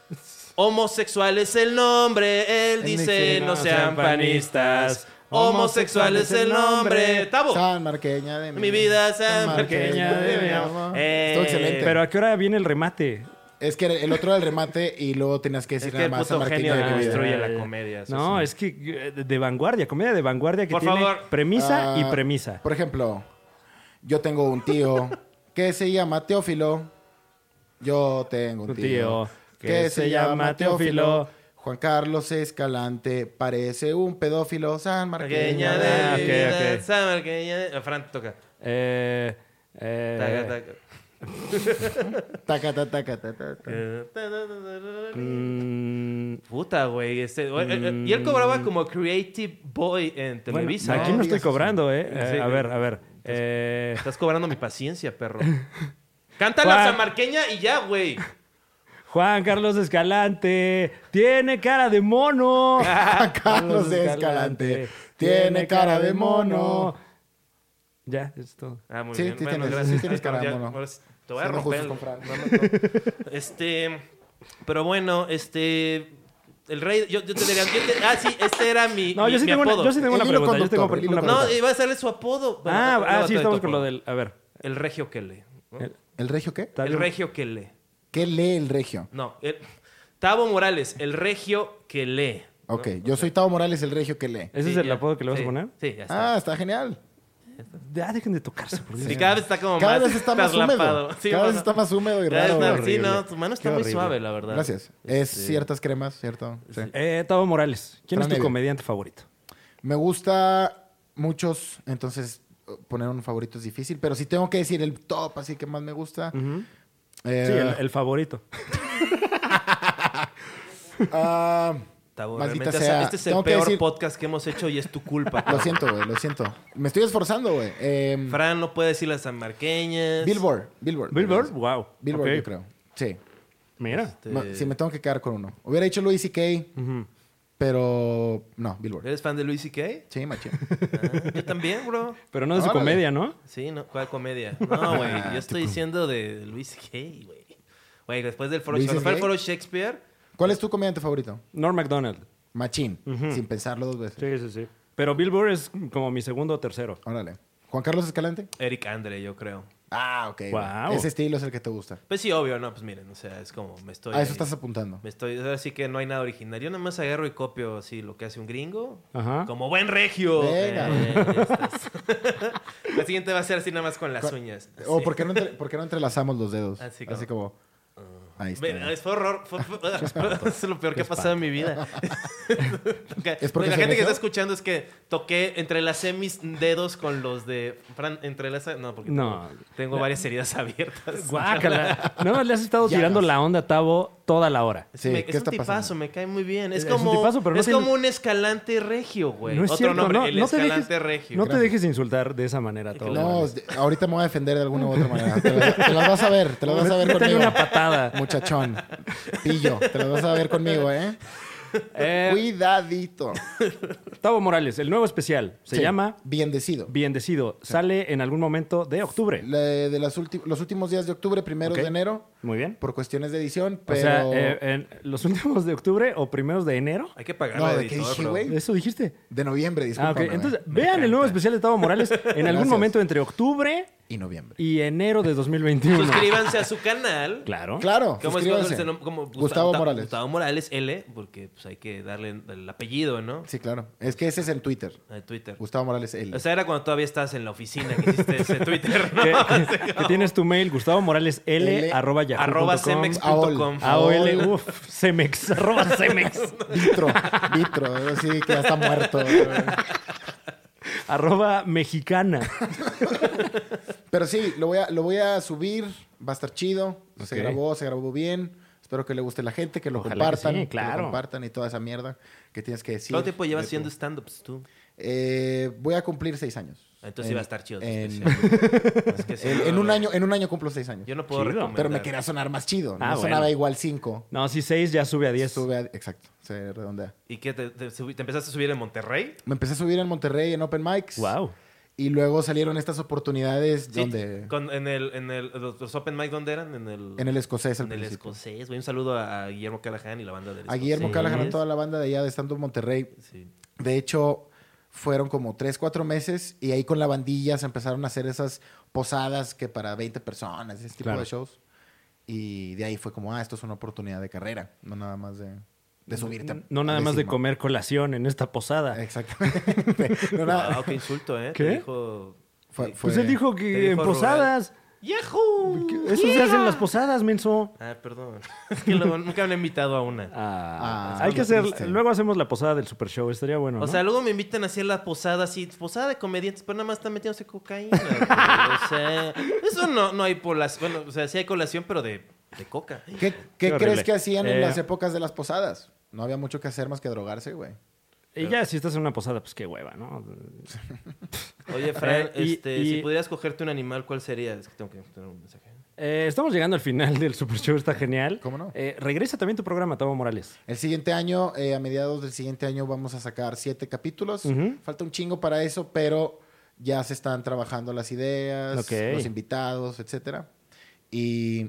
A: Homosexual es el nombre. Él dice no sean panistas. Homosexual es el nombre. Tabo.
C: San Marqueña de
A: Mi vida, San
B: Marqueña de mi
A: amor.
C: Estuvo
A: Eh,
C: excelente.
B: Pero ¿a qué hora viene el remate?
C: es que el otro era el remate y luego tenías que decir
A: Es que el
C: nada más San
A: puto
C: Marqueña
A: genio
C: de mi vida.
A: destruye
B: Ah,
A: la
B: ya.
A: comedia, eso
B: No,
A: sí.
B: es que eh, de, de vanguardia, comedia de vanguardia que
A: Por
B: tiene
A: favor.
B: premisa
C: Ah,
B: y premisa.
C: Por ejemplo, yo tengo un tío que se llama Teófilo. Yo tengo un
B: Un
C: tío,
B: tío que se llama Teófilo.
C: Juan Carlos Escalante parece un pedófilo San Marqueña
A: Marqueña
C: de
B: Ah,
A: de
B: ok,
A: mi
B: ok.
A: vida, San Marqueña de- Ah, Fran, toca.
B: Eh, eh,
A: Taca, taca.
C: Taca, ta, taca, ta, ta,
A: Eh,
C: ta.
B: mm,
A: Puta, güey. este- o- eh, eh, y él cobraba como Creative Boy en
B: bueno,
A: Televisa.
B: aquí
A: ¿eh?
B: no,
C: No
B: estoy
C: digas eso.
B: cobrando, ¿eh? Eh,
A: Sí.
B: a ver, a ver. Eh,
A: Estás cobrando mi paciencia, perro. Canta la
B: Juan.
A: samarqueña y ya, güey.
B: Juan Carlos Escalante tiene cara de mono.
C: Juan Carlos Escalante tiene cara de mono.
B: Ya, es todo.
A: Ah, muy
C: Sí,
A: bien.
C: sí
A: Bueno,
C: tienes-
A: gracias.
C: sí tienes cara de
A: Ya,
C: mono.
A: ahora sí, Te voy a
C: Siendo
A: romper.
C: justos con
A: Este. Pero bueno, este. El rey. Yo, yo te diría. yo te- ah, sí, este era mi.
B: No,
A: mi-
B: yo sí
A: mi
B: tengo una,
A: apodo.
B: yo sí tengo
C: El
B: una
C: hilo
B: pregunta. Yo tengo
C: conductor, el
B: una
C: hilo
A: No,
B: pregunta.
A: iba a serle su apodo. Bueno,
B: Ah,
A: no,
B: ah,
A: no,
B: sí,
A: no,
B: estamos
A: no,
B: con
A: no.
B: lo del. A ver.
A: El regio que lee. ¿no?
C: ¿El regio qué?
B: está
A: El
B: bien.
A: regio que lee.
C: ¿Qué lee el regio?
A: No, el- Tavo Morales, el regio que lee.
C: Ok, yo soy Tavo Morales, el regio que lee.
B: ¿Ese
A: Sí,
B: es el
A: ya.
B: apodo que le vas
A: Sí,
B: a poner?
A: Sí, ya está.
C: Ah, está genial.
B: Ya dejen de tocarse, por Dios.
A: Sí, cada vez está como
C: Cada
A: más
C: vez está más húmedo.
A: traslapado. Sí,
C: cada vez
A: mano.
C: está más húmedo y
A: Cada vez
C: raro.
A: está-
C: güey.
A: Sí,
B: horrible.
A: no, tu mano está
B: Qué
A: muy
B: horrible.
A: suave, la verdad.
C: Gracias. Es
A: Este,
C: ciertas cremas, ¿cierto? Sí.
B: Eh, Tavo Morales, ¿quién
C: Fran
B: es tu
C: Evia.
B: comediante favorito?
C: Me gusta muchos, entonces poner un favorito es difícil, pero si tengo que decir el top, así que más me gusta. eh,
B: Sí, el, el favorito.
C: ah,
A: Tabo,
C: Maldita
A: realmente, o sea,
C: sea,
A: este es el
C: tengo que
A: peor
C: decir-
A: podcast que hemos hecho y es tu culpa.
C: lo
A: Tabo.
C: siento, güey, lo siento. Me estoy esforzando, güey. Eh,
A: Fran no puede decir las sanmarqueñas.
C: Billboard, Billboard.
B: Billboard, wow.
C: Billboard,
B: Ok.
C: yo creo. Sí.
B: Mira.
A: Este,
C: No, si me tengo que quedar con uno. Hubiera dicho Louis C.K.,
B: Ujú.
C: pero no, Billboard.
A: ¿Eres fan de Luis y qué?
C: Sí, machín.
A: yo también, bro.
B: Pero no de su
C: Órale.
B: comedia, ¿no?
A: Sí, no, ¿cuál comedia? No, güey, yo estoy diciendo de Luis Gay, güey. Güey, después del foro,
C: ¿Luis
A: cuando fue el
C: Gay?
A: foro Shakespeare,
C: ¿Cuál es tu comediante favorito?
B: Norm MacDonald.
C: Machín, sin pensarlo dos veces.
B: Sí, sí, sí. Pero Billboard es como mi segundo o tercero.
C: Órale. ¿Juan Carlos Escalante?
A: Eric Andre, yo creo.
C: Ah, ok. güey.
B: Guau.
C: Ese estilo es el que te gusta.
A: Pues sí, obvio, no, pues miren, o sea, es como me estoy...
C: A Ah, eso
A: ahí-
C: estás apuntando.
A: Me estoy, ahora sí que no hay nada original. Yo nada más agarro y copio así lo que hace un gringo.
B: Ajá.
A: Como buen regio.
C: Venga.
A: Eh, estas. la siguiente va a ser así nada más con las uñas.
C: ¿O
A: Así.
C: por qué, no entre- por qué no entrelazamos los dedos?
B: Ah,
A: Así
C: Así
A: como-
C: como... Ahí está.
A: Ve, Es horror. fue- fue- es lo peor que ha pasado en mi vida. Ok,
C: ¿Es porque
A: la
C: se
A: gente que está
C: besó?
A: escuchando es que toqué, entrelacé mis dedos con los de Fran. Entrelaza. No, porque
B: No.
A: tengo, tengo varias heridas abiertas.
B: Guácala. Nada más le has estado
C: Ya
B: tirando
C: no sé.
B: la onda a Tavo toda la hora.
A: Es,
C: Sí,
A: me-
C: ¿qué
A: es un
C: está
A: tipazo,
C: pasando?
A: me cae muy bien. Es,
B: Es un
A: como, es,
B: tipazo, pero no tiene-
A: como un escalante regio, güey.
B: No es
A: Otro
B: cierto,
A: nombre,
B: no,
A: el
B: no te
A: escalante
B: dejes,
A: regio.
B: no te dejes insultar de esa manera, Tavo.
C: No,
B: Morales.
C: de- ahorita me voy a defender de alguna u otra manera. Te las, te las vas a ver, te las vas a ver
B: Métele
C: conmigo.
B: una patada.
C: Muchachón, pillo, te las vas a ver conmigo, ¿eh?
B: Eh,
C: Cuidadito.
B: Tavo Morales, el nuevo especial se
C: Sí,
B: llama
C: Biendecido.
B: Biendecido. Sale en algún momento de octubre.
C: La- de las ulti- los últimos días de octubre, primeros
B: Ok.
C: de enero,
B: Muy bien.
C: por cuestiones de edición,
B: O
C: pero...
B: sea, eh, en los últimos de octubre o primeros de enero.
A: Hay que pagarle
C: No,
A: al
C: ¿de qué
A: editor,
C: dije,
A: bro.
C: güey?
B: Eso dijiste.
C: De noviembre,
B: Ah,
C: disculpa.
B: ok. Entonces, vean el nuevo especial de Tavo Morales en algún
C: Gracias.
B: momento entre octubre
C: Y noviembre.
B: y enero de 2021.
A: Suscríbanse a su canal.
B: Claro.
C: Claro,
A: ¿Cómo es que
C: suscríbanse.
A: se nom- como Gusta-
C: Gustavo
A: Guta-
C: Morales.
A: Gustavo Morales L, porque pues, hay que darle el apellido, ¿no?
C: Sí, claro. Es que ese es en Twitter.
A: De Twitter.
C: Gustavo Morales, él.
A: O sea, era cuando todavía estabas en la oficina que hiciste ese Twitter, ¿no?
B: Que,
A: Así
B: que
A: como-
B: tienes tu mail, Gustavo Morales L,
C: L,
B: arroba yahoo punto
A: arroba
B: com. Ah,
A: cemex.com.
B: AOL, uff, Cemex, arroba Cemex,
C: Vitro, vitro. Sí, que ya está muerto.
B: arroba mexicana.
C: Pero sí, lo voy a, lo voy a subir. Va a estar chido. Se
B: Ok.
C: grabó, se grabó bien. Espero que le guste a la gente, que lo
B: Ojalá que
C: compartan.
B: sí,
C: que lo
B: claro.
C: compartan y toda esa mierda que tienes que decir.
A: ¿Cuánto tiempo llevas este?
C: de tu-
A: haciendo stand-ups tú?
C: Eh, voy a cumplir seis años.
A: Entonces
C: En-
A: iba a estar chido. tu
C: En,
A: especial. Es que sí,
C: en-
A: no,
C: en un
A: no.
C: año, en un año cumplo seis años.
A: Yo no puedo
B: Chido.
A: recomendar.
C: Pero me quería sonar más chido.
B: Ah,
C: no sonaba
B: bueno.
C: igual cinco.
B: No, si 6 ya sube a 10.
C: Sube a- exacto, se redondea.
A: ¿Y qué? Te, te subi- te empezaste a subir en Monterrey?
C: Me empecé a subir en Monterrey en Open Mics.
B: Wow.
C: Y luego salieron estas oportunidades
A: Sí,
C: donde.
A: con- en el, en el, los, los Open Mic, ¿dónde eran? En el,
C: En el escocés al
A: en el
C: principio.
A: escocés. güey. Un saludo a, a Guillermo Callahan y la banda del
C: A
A: escocés.
C: Guillermo Callahan, a toda la banda de allá de Stand Up Monterrey.
A: Sí.
C: De hecho, fueron como tres, cuatro meses y ahí con la bandilla se empezaron a hacer esas posadas que para 20 personas, ese tipo
B: Claro.
C: de shows. Y de ahí fue como, ah, esto es una oportunidad de carrera, no nada más de, de subirte. a-
B: No
C: a
B: nada más de
C: decima.
B: comer colación en esta posada.
C: Eh, Exactamente. No, nada-
A: Wow, qué insulto, ¿eh?
B: ¿Qué?
A: Te dijo...
C: Fue-
B: Pues
C: fue-
B: él dijo que
A: Te dijo
B: en
A: rural.
B: posadas.
A: ¡Yahoo!
B: que Eso se hace en las posadas, menso.
A: Ah, perdón. Es que luego nunca me han invitado a una.
B: Ah,
C: Ah,
B: hay que
C: lo
B: hacer.
C: triste.
B: Luego hacemos la posada del Super Show. Estaría bueno.
A: O
B: ¿no?
A: sea, luego me invitan así a la posada, así, posada de comediantes, pero nada más están metiéndose cocaína. güey. O sea, eso no, no hay colación. Bueno, o sea, sí hay colación, pero de, de coca.
C: ¿Qué, qué
B: horrible.
C: crees que hacían en
B: Eh,
C: las épocas de las posadas? No había mucho que hacer más que drogarse, güey.
B: y ya, si estás en una posada, pues qué hueva, ¿no?
A: Oye, Fran,
B: Eh, y-
A: este,
B: y-
A: si pudieras cogerte un animal, ¿cuál sería? Es que tengo que tener un mensaje.
B: Eh, estamos llegando al final del Super Show. Está genial.
C: ¿Cómo no?
B: Eh, regresa también tu programa, Tavo Morales.
C: El siguiente año, eh, a mediados del siguiente año, vamos a sacar siete capítulos.
B: Ujú.
C: Falta un chingo para eso, pero ya se están trabajando las ideas,
B: Ok.
C: los invitados, etcétera. Y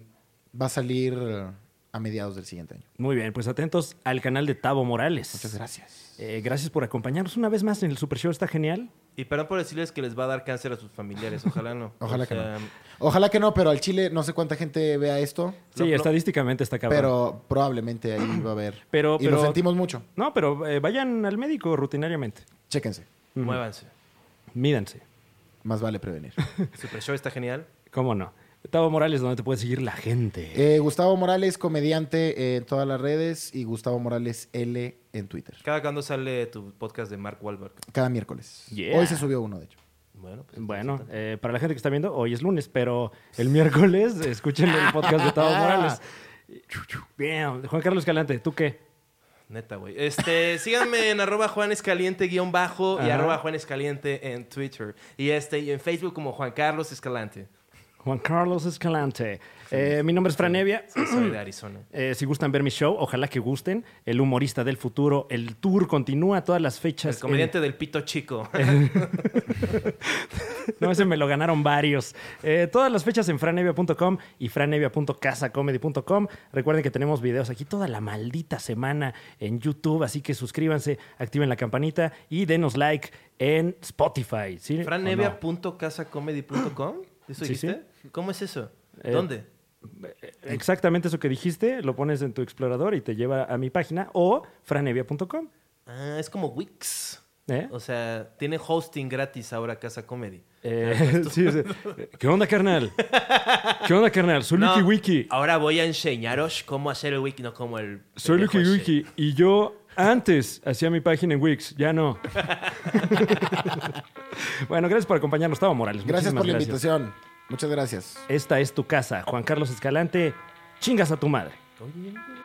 C: va a salir eh, a mediados del siguiente año.
B: Muy bien, pues atentos al canal de Tavo Morales.
C: Muchas gracias.
B: Eh, gracias por acompañarnos una vez más en el Super Show. Está genial.
A: Y perdón por decirles que les va a dar cáncer a sus familiares. Ojalá no.
C: Ojalá que
A: sea,
C: no. Ojalá que no, pero al Chile no sé cuánta gente vea esto,
B: Sí,
A: Lo- lo-
B: estadísticamente está cabrón.
C: pero probablemente ahí va a haber.
B: Pero-
C: y
B: pero-
C: lo sentimos mucho.
B: No, pero eh, vayan al médico rutinariamente.
C: Chéquense.
A: Muévanse.
B: Mídanse.
C: Más vale prevenir.
A: Super Show está genial.
B: ¿Cómo no? Tavo Morales, donde te puede seguir la gente.
C: Eh, Gustavo Morales, comediante eh, en todas las redes. Y Gustavo Morales L en Twitter.
A: Cada cuando sale tu podcast de Mark Wahlberg.
C: Cada miércoles.
B: Yeah.
C: Hoy se subió uno, de hecho.
A: Bueno, pues,
B: Bueno, eh, para la gente que está viendo, hoy es lunes, pero el miércoles escuchen el podcast de Tavo Morales. Bien, Juan Carlos Calante, ¿tú qué?
A: neta, güey. Este, síganme en arroba juanescaliente guión bajo y
B: Ajá.
A: arroba juanescaliente en Twitter. Y este, y en Facebook como Juan Carlos Escalante.
B: Juan Carlos Escalante. Eh, mi nombre es Franevia.
A: Sí, soy de Arizona.
B: Eh, si gustan ver mi show, ojalá que gusten. El humorista del futuro, el tour continúa todas las fechas.
A: El comediante del pito chico.
B: en- no, ese me lo ganaron varios. Eh, todas las fechas en franevia.com y franevia.casacomedy.com. Recuerden que tenemos videos aquí toda la maldita semana en YouTube, así que suscríbanse, activen la campanita y denos like en Spotify. ¿sí? ¿O no?
A: Franevia.casacomedy.com. ¿Eso
B: Sí, sí.
A: dijiste? ¿Cómo es eso?
B: Eh,
A: ¿Dónde?
B: Exactamente eso que dijiste, lo pones en tu explorador y te lleva a mi página o franevia.com.
A: Ah, es como Wix.
B: ¿Eh?
A: O sea, tiene hosting gratis ahora Casa Comedy.
B: Eh, sí, sí. ¿Qué onda, carnal? ¿Qué onda, carnal? Soy
A: No,
B: Lucky Wiki.
A: Ahora voy a enseñaros cómo hacer el wiki, no como el.
B: Soy
A: pendejo
B: Lucky
A: ese.
B: Wiki y yo antes hacía mi página en Wix, ya no. bueno, gracias por acompañarnos, Tavo Morales.
C: Gracias
B: Muchísimas
C: por la invitación. Muchas gracias.
B: Esta es tu casa, Juan Carlos Escalante. Chingas a tu madre.
A: Oye,